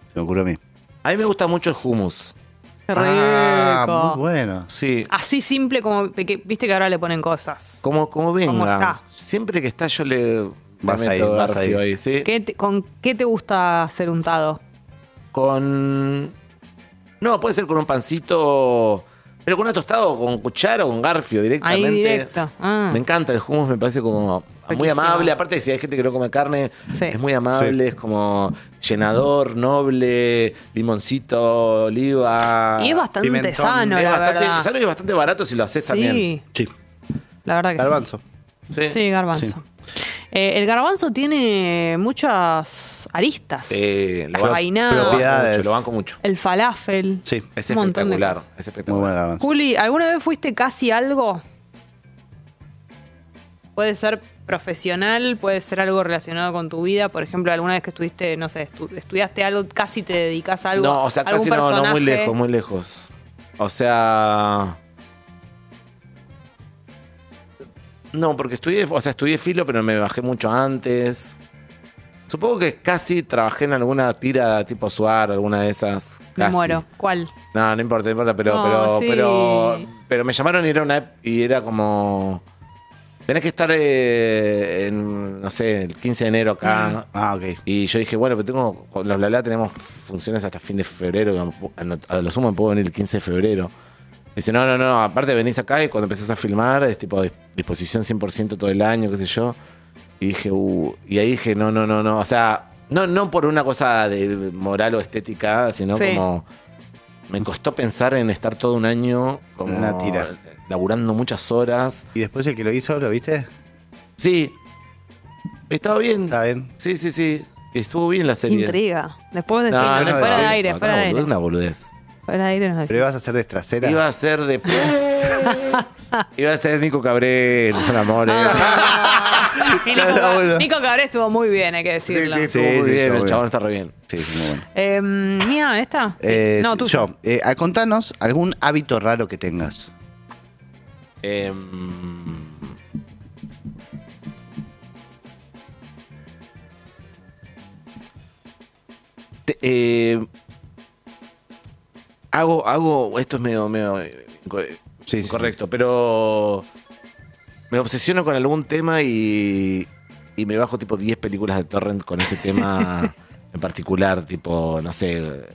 Se me ocurrió a mí. A mí me gusta mucho el hummus. Qué rico. Ah, muy bueno. Sí. Así simple como. que- viste que ahora le ponen cosas. Como, como venga. Como está. Siempre que está yo le le Vas ahí, meto vas garfio ahí. ¿sí? ¿Qué te- ¿Con qué te gusta ser untado? Con... No, puede ser con un pancito... Pero con una tostada o con cuchara o con garfio directamente. Ahí directo. Ah. Me encanta el hummus, me parece como muy Riquísimo. amable. Aparte, si hay gente que no come carne, Sí. es muy amable, es como llenador, noble, limoncito, oliva. Y es bastante Pimentón. sano, Ah, Es la bastante, verdad. ¿sabes que es bastante barato si lo haces también? Sí, Sí. la verdad que Garbanzo. Sí. sí. Sí, garbanzo. Eh, el garbanzo tiene muchas aristas. Sí, Eh, lo La banco- vainada. lo banco Propiedades. mucho, Lo banco mucho. El falafel. Sí. Es Un montón de espectacular. cosas. Es Muy buen espectacular. garbanzo. Juli, ¿alguna vez fuiste casi algo? Puede ser profesional, puede ser algo relacionado con tu vida. Por ejemplo, alguna vez que estuviste, no sé, estu- estudiaste algo, casi te dedicas a algo. no, o sea, algún casi no, no, muy personaje. lejos, muy lejos. O sea. No, porque estudié, o sea, estudié filo, pero me bajé mucho antes. Supongo que casi trabajé en alguna tira tipo Suar, alguna de esas. Me casi. muero. ¿Cuál? No, no importa, no importa, pero, No, pero, sí. pero, pero me llamaron y era una ep- y era como. Tenés que estar eh, en, no sé, el 15 de enero Mm. acá. Ah, ok. Y yo dije, bueno, pero tengo, con los bla bla tenemos funciones hasta fin de febrero, digamos, a lo- a lo sumo puedo venir el 15 de febrero. Me dice, no, no, no, aparte venís acá y cuando empezás a filmar es tipo de disposición 100% todo el año, qué sé yo. Y dije, uh, y ahí dije, no, no, no, no, o sea, no, no por una cosa de moral o estética, sino Sí. como me costó pensar en estar todo un año como Una tira. laburando muchas horas. Y después el que lo hizo, ¿lo viste? Sí, estaba bien. Está bien. Sí, sí, sí. Estuvo bien la Qué serie. Intriga. Después de fuera no, de no, aire, no, fuera de una aire. boludez, una boludez. Fuera de aire nos Pero decís. ibas a ser de trasera. Iba a ser de. Iba a ser Nico Cabrera, son amores. Ah, Y Nico, Claro, Ca- bueno. Nico Cabrera estuvo muy bien, hay que Sí, sí, decirlo. estuvo Sí, muy sí, bien, estuvo el bien. chabón está re bien. Sí, sí, muy bueno. Eh, mía, ¿esta? Sí. Eh, no, sí, tú. yo, eh, ah, contanos algún hábito raro que tengas. Em, te- eh, hago, hago, esto es medio, medio eh, inco- Sí, sí, incorrecto, pero me obsesiono con algún tema y, y me bajo tipo 10 películas de Torrent con ese tema en particular, tipo, no sé,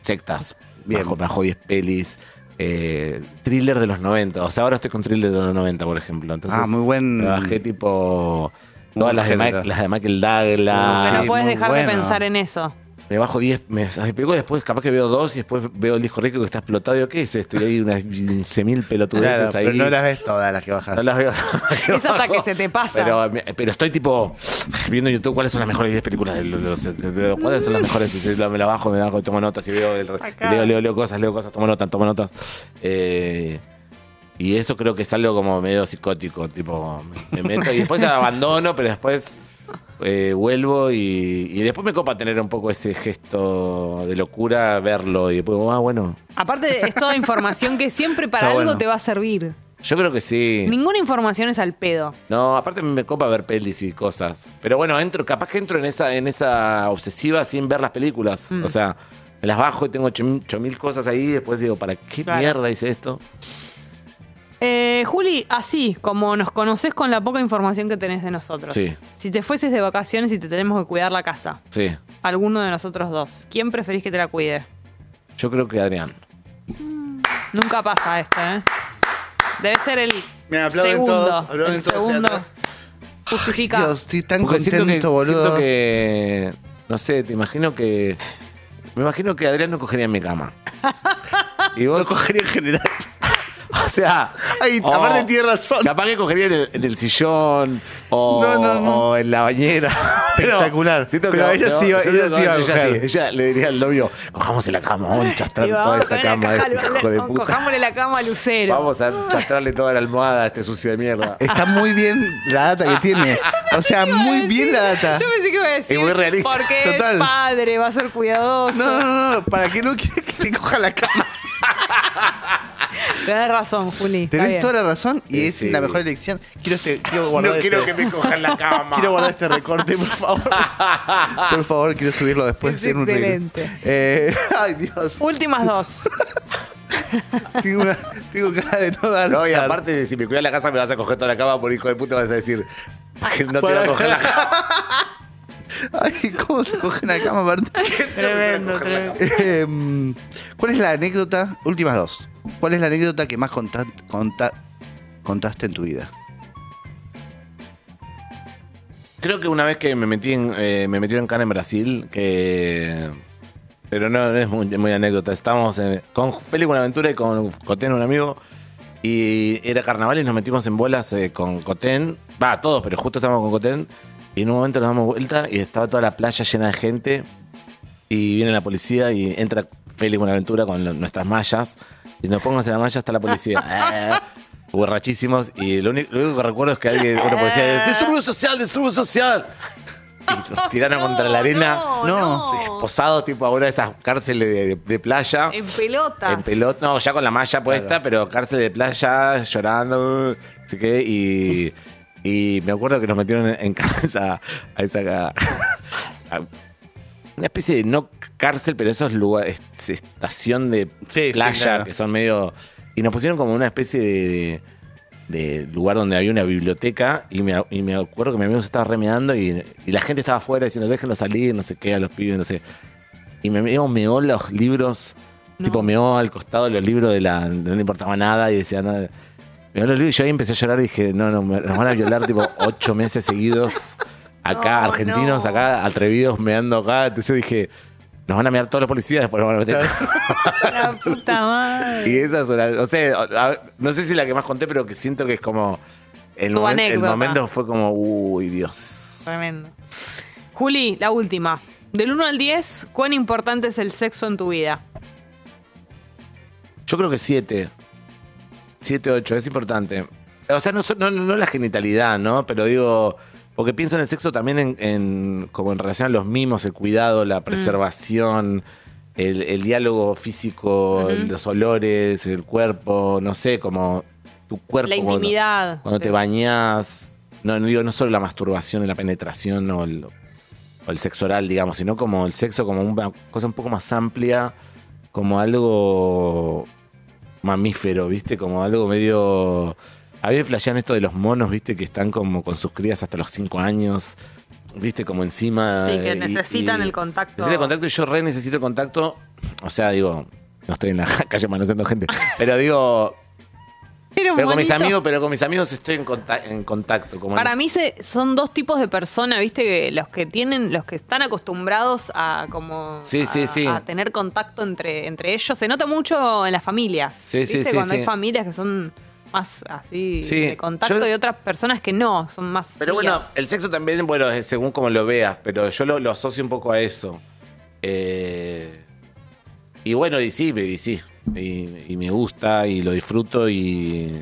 sectas, Bien. bajo, bajo 10 pelis. eh, thriller de los 90, o sea, ahora estoy con thriller de los 90, por ejemplo. Entonces, Ah, muy buen- me Bajé tipo Muy todas buen las de, género. Mike- las de Michael Douglas. Pero sí, puedes muy dejar bueno. de pensar en eso. Me bajo 10, me las explico después, capaz que veo dos y después veo el disco rico que está explotado. Digo, ¿qué es esto? Y hay unas 15.000 pelotudeces Claro, ahí. pero no las ves todas las que bajas. No las veo. Es hasta que se te pasa. Pero, me- pero estoy tipo viendo en YouTube cuáles son las mejores 10 películas de los- de- de- de- cuáles son las mejores. Y si la- me la bajo, me la bajo, y tomo notas y veo, el- Sacá. leo, leo, leo cosas, leo cosas, tomo notas, tomo notas. Eh, y eso creo que es algo como medio psicótico, tipo, me me meto y después abandono, pero después eh, vuelvo y, y después me copa tener un poco ese gesto de locura, verlo y después, ah, bueno, Aparte, es toda información que siempre para Está algo bueno. te va a servir. yo creo que sí. Ninguna información es al pedo. No, aparte me copa ver pelis y cosas. Pero bueno, entro, capaz que entro en esa, en esa obsesiva sin ver las películas. O sea, me las bajo y tengo ocho mil- ocho mil cosas ahí y después digo, ¿para qué Claro. mierda hice esto? Eh, Juli, así como nos conoces con la poca información que tenés de nosotros. Sí. Si te fueses de vacaciones y te tenemos que cuidar la casa, Sí, alguno de nosotros dos, ¿quién preferís que te la cuide? yo creo que Adrián. Nunca pasa esto, ¿eh? Debe ser el Me aplauden segundo. todos, aplauden el todos de segundo atrás. justifica. Dios, estoy tan Porque siento contento, que, boludo. siento que, no sé, te imagino que, me imagino que Adrián no cogería en mi cama. Y vos, Lo cogería en general. o sea... Ay, o- aparte tiene razón. Capaz que cogería en el, en el sillón o, No, no, no. o en la bañera. Pero Espectacular. siento que- Pero ella sí iba- yo digo ella sí que iba a ella coger. sí, Ella le diría al novio, cojamos en la cama, vamos a chastrar Y vamos toda a esta coger la cama. a caja, este hijo de vamos, puta. Cojámosle la cama a Lucero. Vamos a chastrarle toda la almohada a este sucio de mierda. Está muy bien la data que tiene. O sea, muy bien la data. Yo pensé que iba a decir. Es muy realista. Porque Total. es padre, va a ser cuidadoso. No, no, no, para que no quiera que le coja la cama. Tenés razón, Juli. está Tenés bien. toda la razón y Sí, es sí. la mejor elección. Quiero, este, quiero No guardar quiero este- que me cojan la cama. Quiero guardar este recorte, por favor. Por favor, quiero subirlo después. Es en un reel. excelente. Eh, ay, Dios. Últimas dos. Tengo, una, tengo cara de no dar. No, y aparte, si me cuidas la casa, me vas a coger toda la cama por hijo de puta, vas a decir que no te voy a Para- coger la cama. Ay, ¿cómo se coge una cama aparte? tremendo, tremendo. Em, ¿Cuál es la anécdota? Últimas dos. ¿Cuál es la anécdota que más conta- conta- contaste en tu vida? Creo que una vez que me metí en, eh, me metieron en cana en Brasil, que... Pero no, no es muy, muy anécdota. Estábamos en- con Félix Buenaventura y con Cotén, un amigo, y era carnaval y nos metimos en bolas eh, con Cotén. Va, todos, pero justo estábamos con Cotén. Y en un momento nos damos vuelta y estaba toda la playa llena de gente. Y viene la policía y entra Félix Buenaventura con lo- nuestras mallas. Y nos pongas en la malla, está la policía. Eh, borrachísimos. Y lo único, lo único que recuerdo es que alguien, una policía, dice, ¡Disturbio social, disturbio social! Y nos tiraron contra la arena. No, No. no. Posados, tipo a una de esas cárceles de, de- de playa. En pelota. En pelota, no, ya con la malla puesta, pero cárcel de playa, llorando, no sé qué, y, y me acuerdo que nos metieron en, en casa a esa... a- una especie de no cárcel, pero esos lugares, es- estación de sí, playa, claro. que son medio... Y nos pusieron como una especie de, de- de lugar donde había una biblioteca, y me, y me acuerdo que mi amigo se estaba remeando y, y la gente estaba afuera diciendo, déjenlo salir, no sé qué, a los pibes, no sé. Y mi amigo meó los libros, No. tipo meó al costado los libros de la. de no le importaba nada y decía, no. Meó los libros y yo ahí empecé a llorar y dije, no, no, me- nos van a violar tipo ocho meses seguidos acá, No, argentinos, no. acá, atrevidos, meando acá. Entonces yo dije, nos van a mear todos los policías, después nos van a meter. La puta madre. y esa es una. O sea, a- a- no sé si la que más conté, pero que siento que es como. El, Tu momen- el anécdota. momento fue como, uy, Dios. Tremendo. Juli, la última. Del 1 al 10, ¿cuán importante es el sexo en tu vida? Yo creo que siete. Siete, ocho, es importante. O sea, no, so- no, no la genitalidad, ¿no? Pero digo, porque pienso en el sexo también en, en- como en relación a los mimos, el cuidado, Mm. la preservación, el, el diálogo físico, los olores, el cuerpo, no sé, como tu cuerpo. La cuando- intimidad. Cuando te bañás. No, no digo, no solo la masturbación y la penetración o el, o o el sexo oral, digamos, sino como el sexo como una cosa un poco más amplia, como algo mamífero, ¿viste? Como algo medio... A mí flashean esto de los monos, ¿viste? Que están como con sus crías hasta los 5 años, ¿viste? Como encima... eh, Sí, que y- necesitan y- el contacto. Necesito contacto y yo re necesito contacto. O sea, digo, no estoy en la calle manoseando gente, pero digo... Era un Pero con mis monito. amigos, pero con mis amigos estoy en, conta- en contacto. Como Para en- mí se, son dos tipos de personas, viste, que los que tienen, los que están acostumbrados a como Sí, a, sí, sí. a tener contacto entre, entre ellos. Se nota mucho en las familias. Sí, sí, ¿viste? sí, Cuando sí. hay familias que son más así Sí, de contacto yo- y otras personas que no, son más. Pero bueno, frías. el sexo también, bueno, es según como lo veas, pero yo lo, lo asocio un poco a eso. Eh, y bueno, y sí, y sí. Y, y me gusta y lo disfruto y.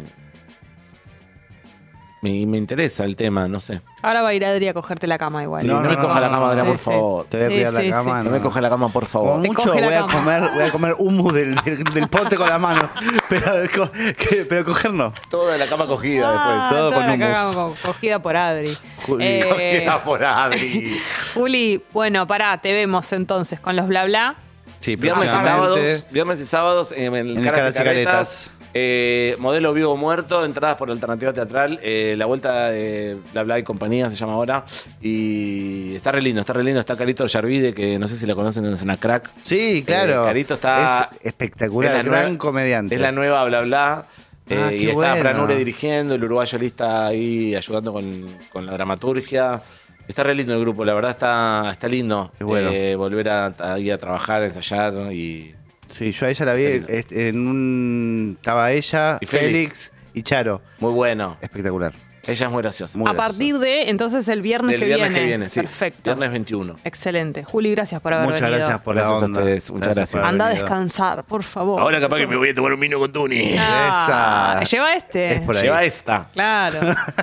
Me, y me interesa el tema, no sé. Ahora va a ir Adri a cogerte la cama igual. Sí, No, no, no, me no, coja no, la no, cama, no, Adrián, sí, por sí. favor. Te voy a Sí, cuidar sí, la cama. sí. No me coja la cama, por Como favor. Te mucho coge la voy a, cama. comer, voy a comer humus del, del, del pote con la mano. Pero, co- que- pero coger no. Toda la cama cogida Ah, después. todo toda con la cama hummus. co- cogida por Adri. Juli, Eh, cogida por Adri. Juli, bueno, pará, te vemos entonces con los bla bla. Sí, Viernes y próximamente. sábados, viernes y sábados en, el el Caras y Caras y Caretas. Caretas. Eh, modelo vivo o muerto, entradas por alternativa teatral, eh, la vuelta de Bla Bla y compañía se llama ahora. Y está re lindo, está re lindo. Está Carito Yarvide, que no sé si la conocen, es una crack. Sí, claro. Eh, Carito está. Es espectacular, gran nueva- comediante. Es la nueva Bla Bla. Eh, Ah, qué y está bueno. Fran Ure dirigiendo, el uruguayo lista ahí ayudando con, con la dramaturgia. Está re lindo el grupo, la verdad está, está lindo. Qué bueno. eh, volver a, ahí a trabajar, a ensayar y. Sí, yo a ella la vi Está lindo. este, en un. Estaba ella, Y Félix. Félix. y Charo. Muy bueno. Espectacular. Ella es muy graciosa. Muy A gracioso. partir de entonces el viernes, Del que, Ah, viernes viene. que viene, sí. Perfecto. Viernes 21. Excelente. Juli, gracias por haber Muchas venido. gracias por Gracias a la onda. ustedes, muchas gracias. por Anda a haber venido. descansar, por favor. Ahora capaz que me voy a tomar un vino con Tuni. Ah, Esa. Lleva este. Es por ahí. Lleva esta. Claro.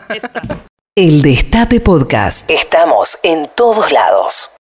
Esta. El Destape Podcast. Estamos en todos lados.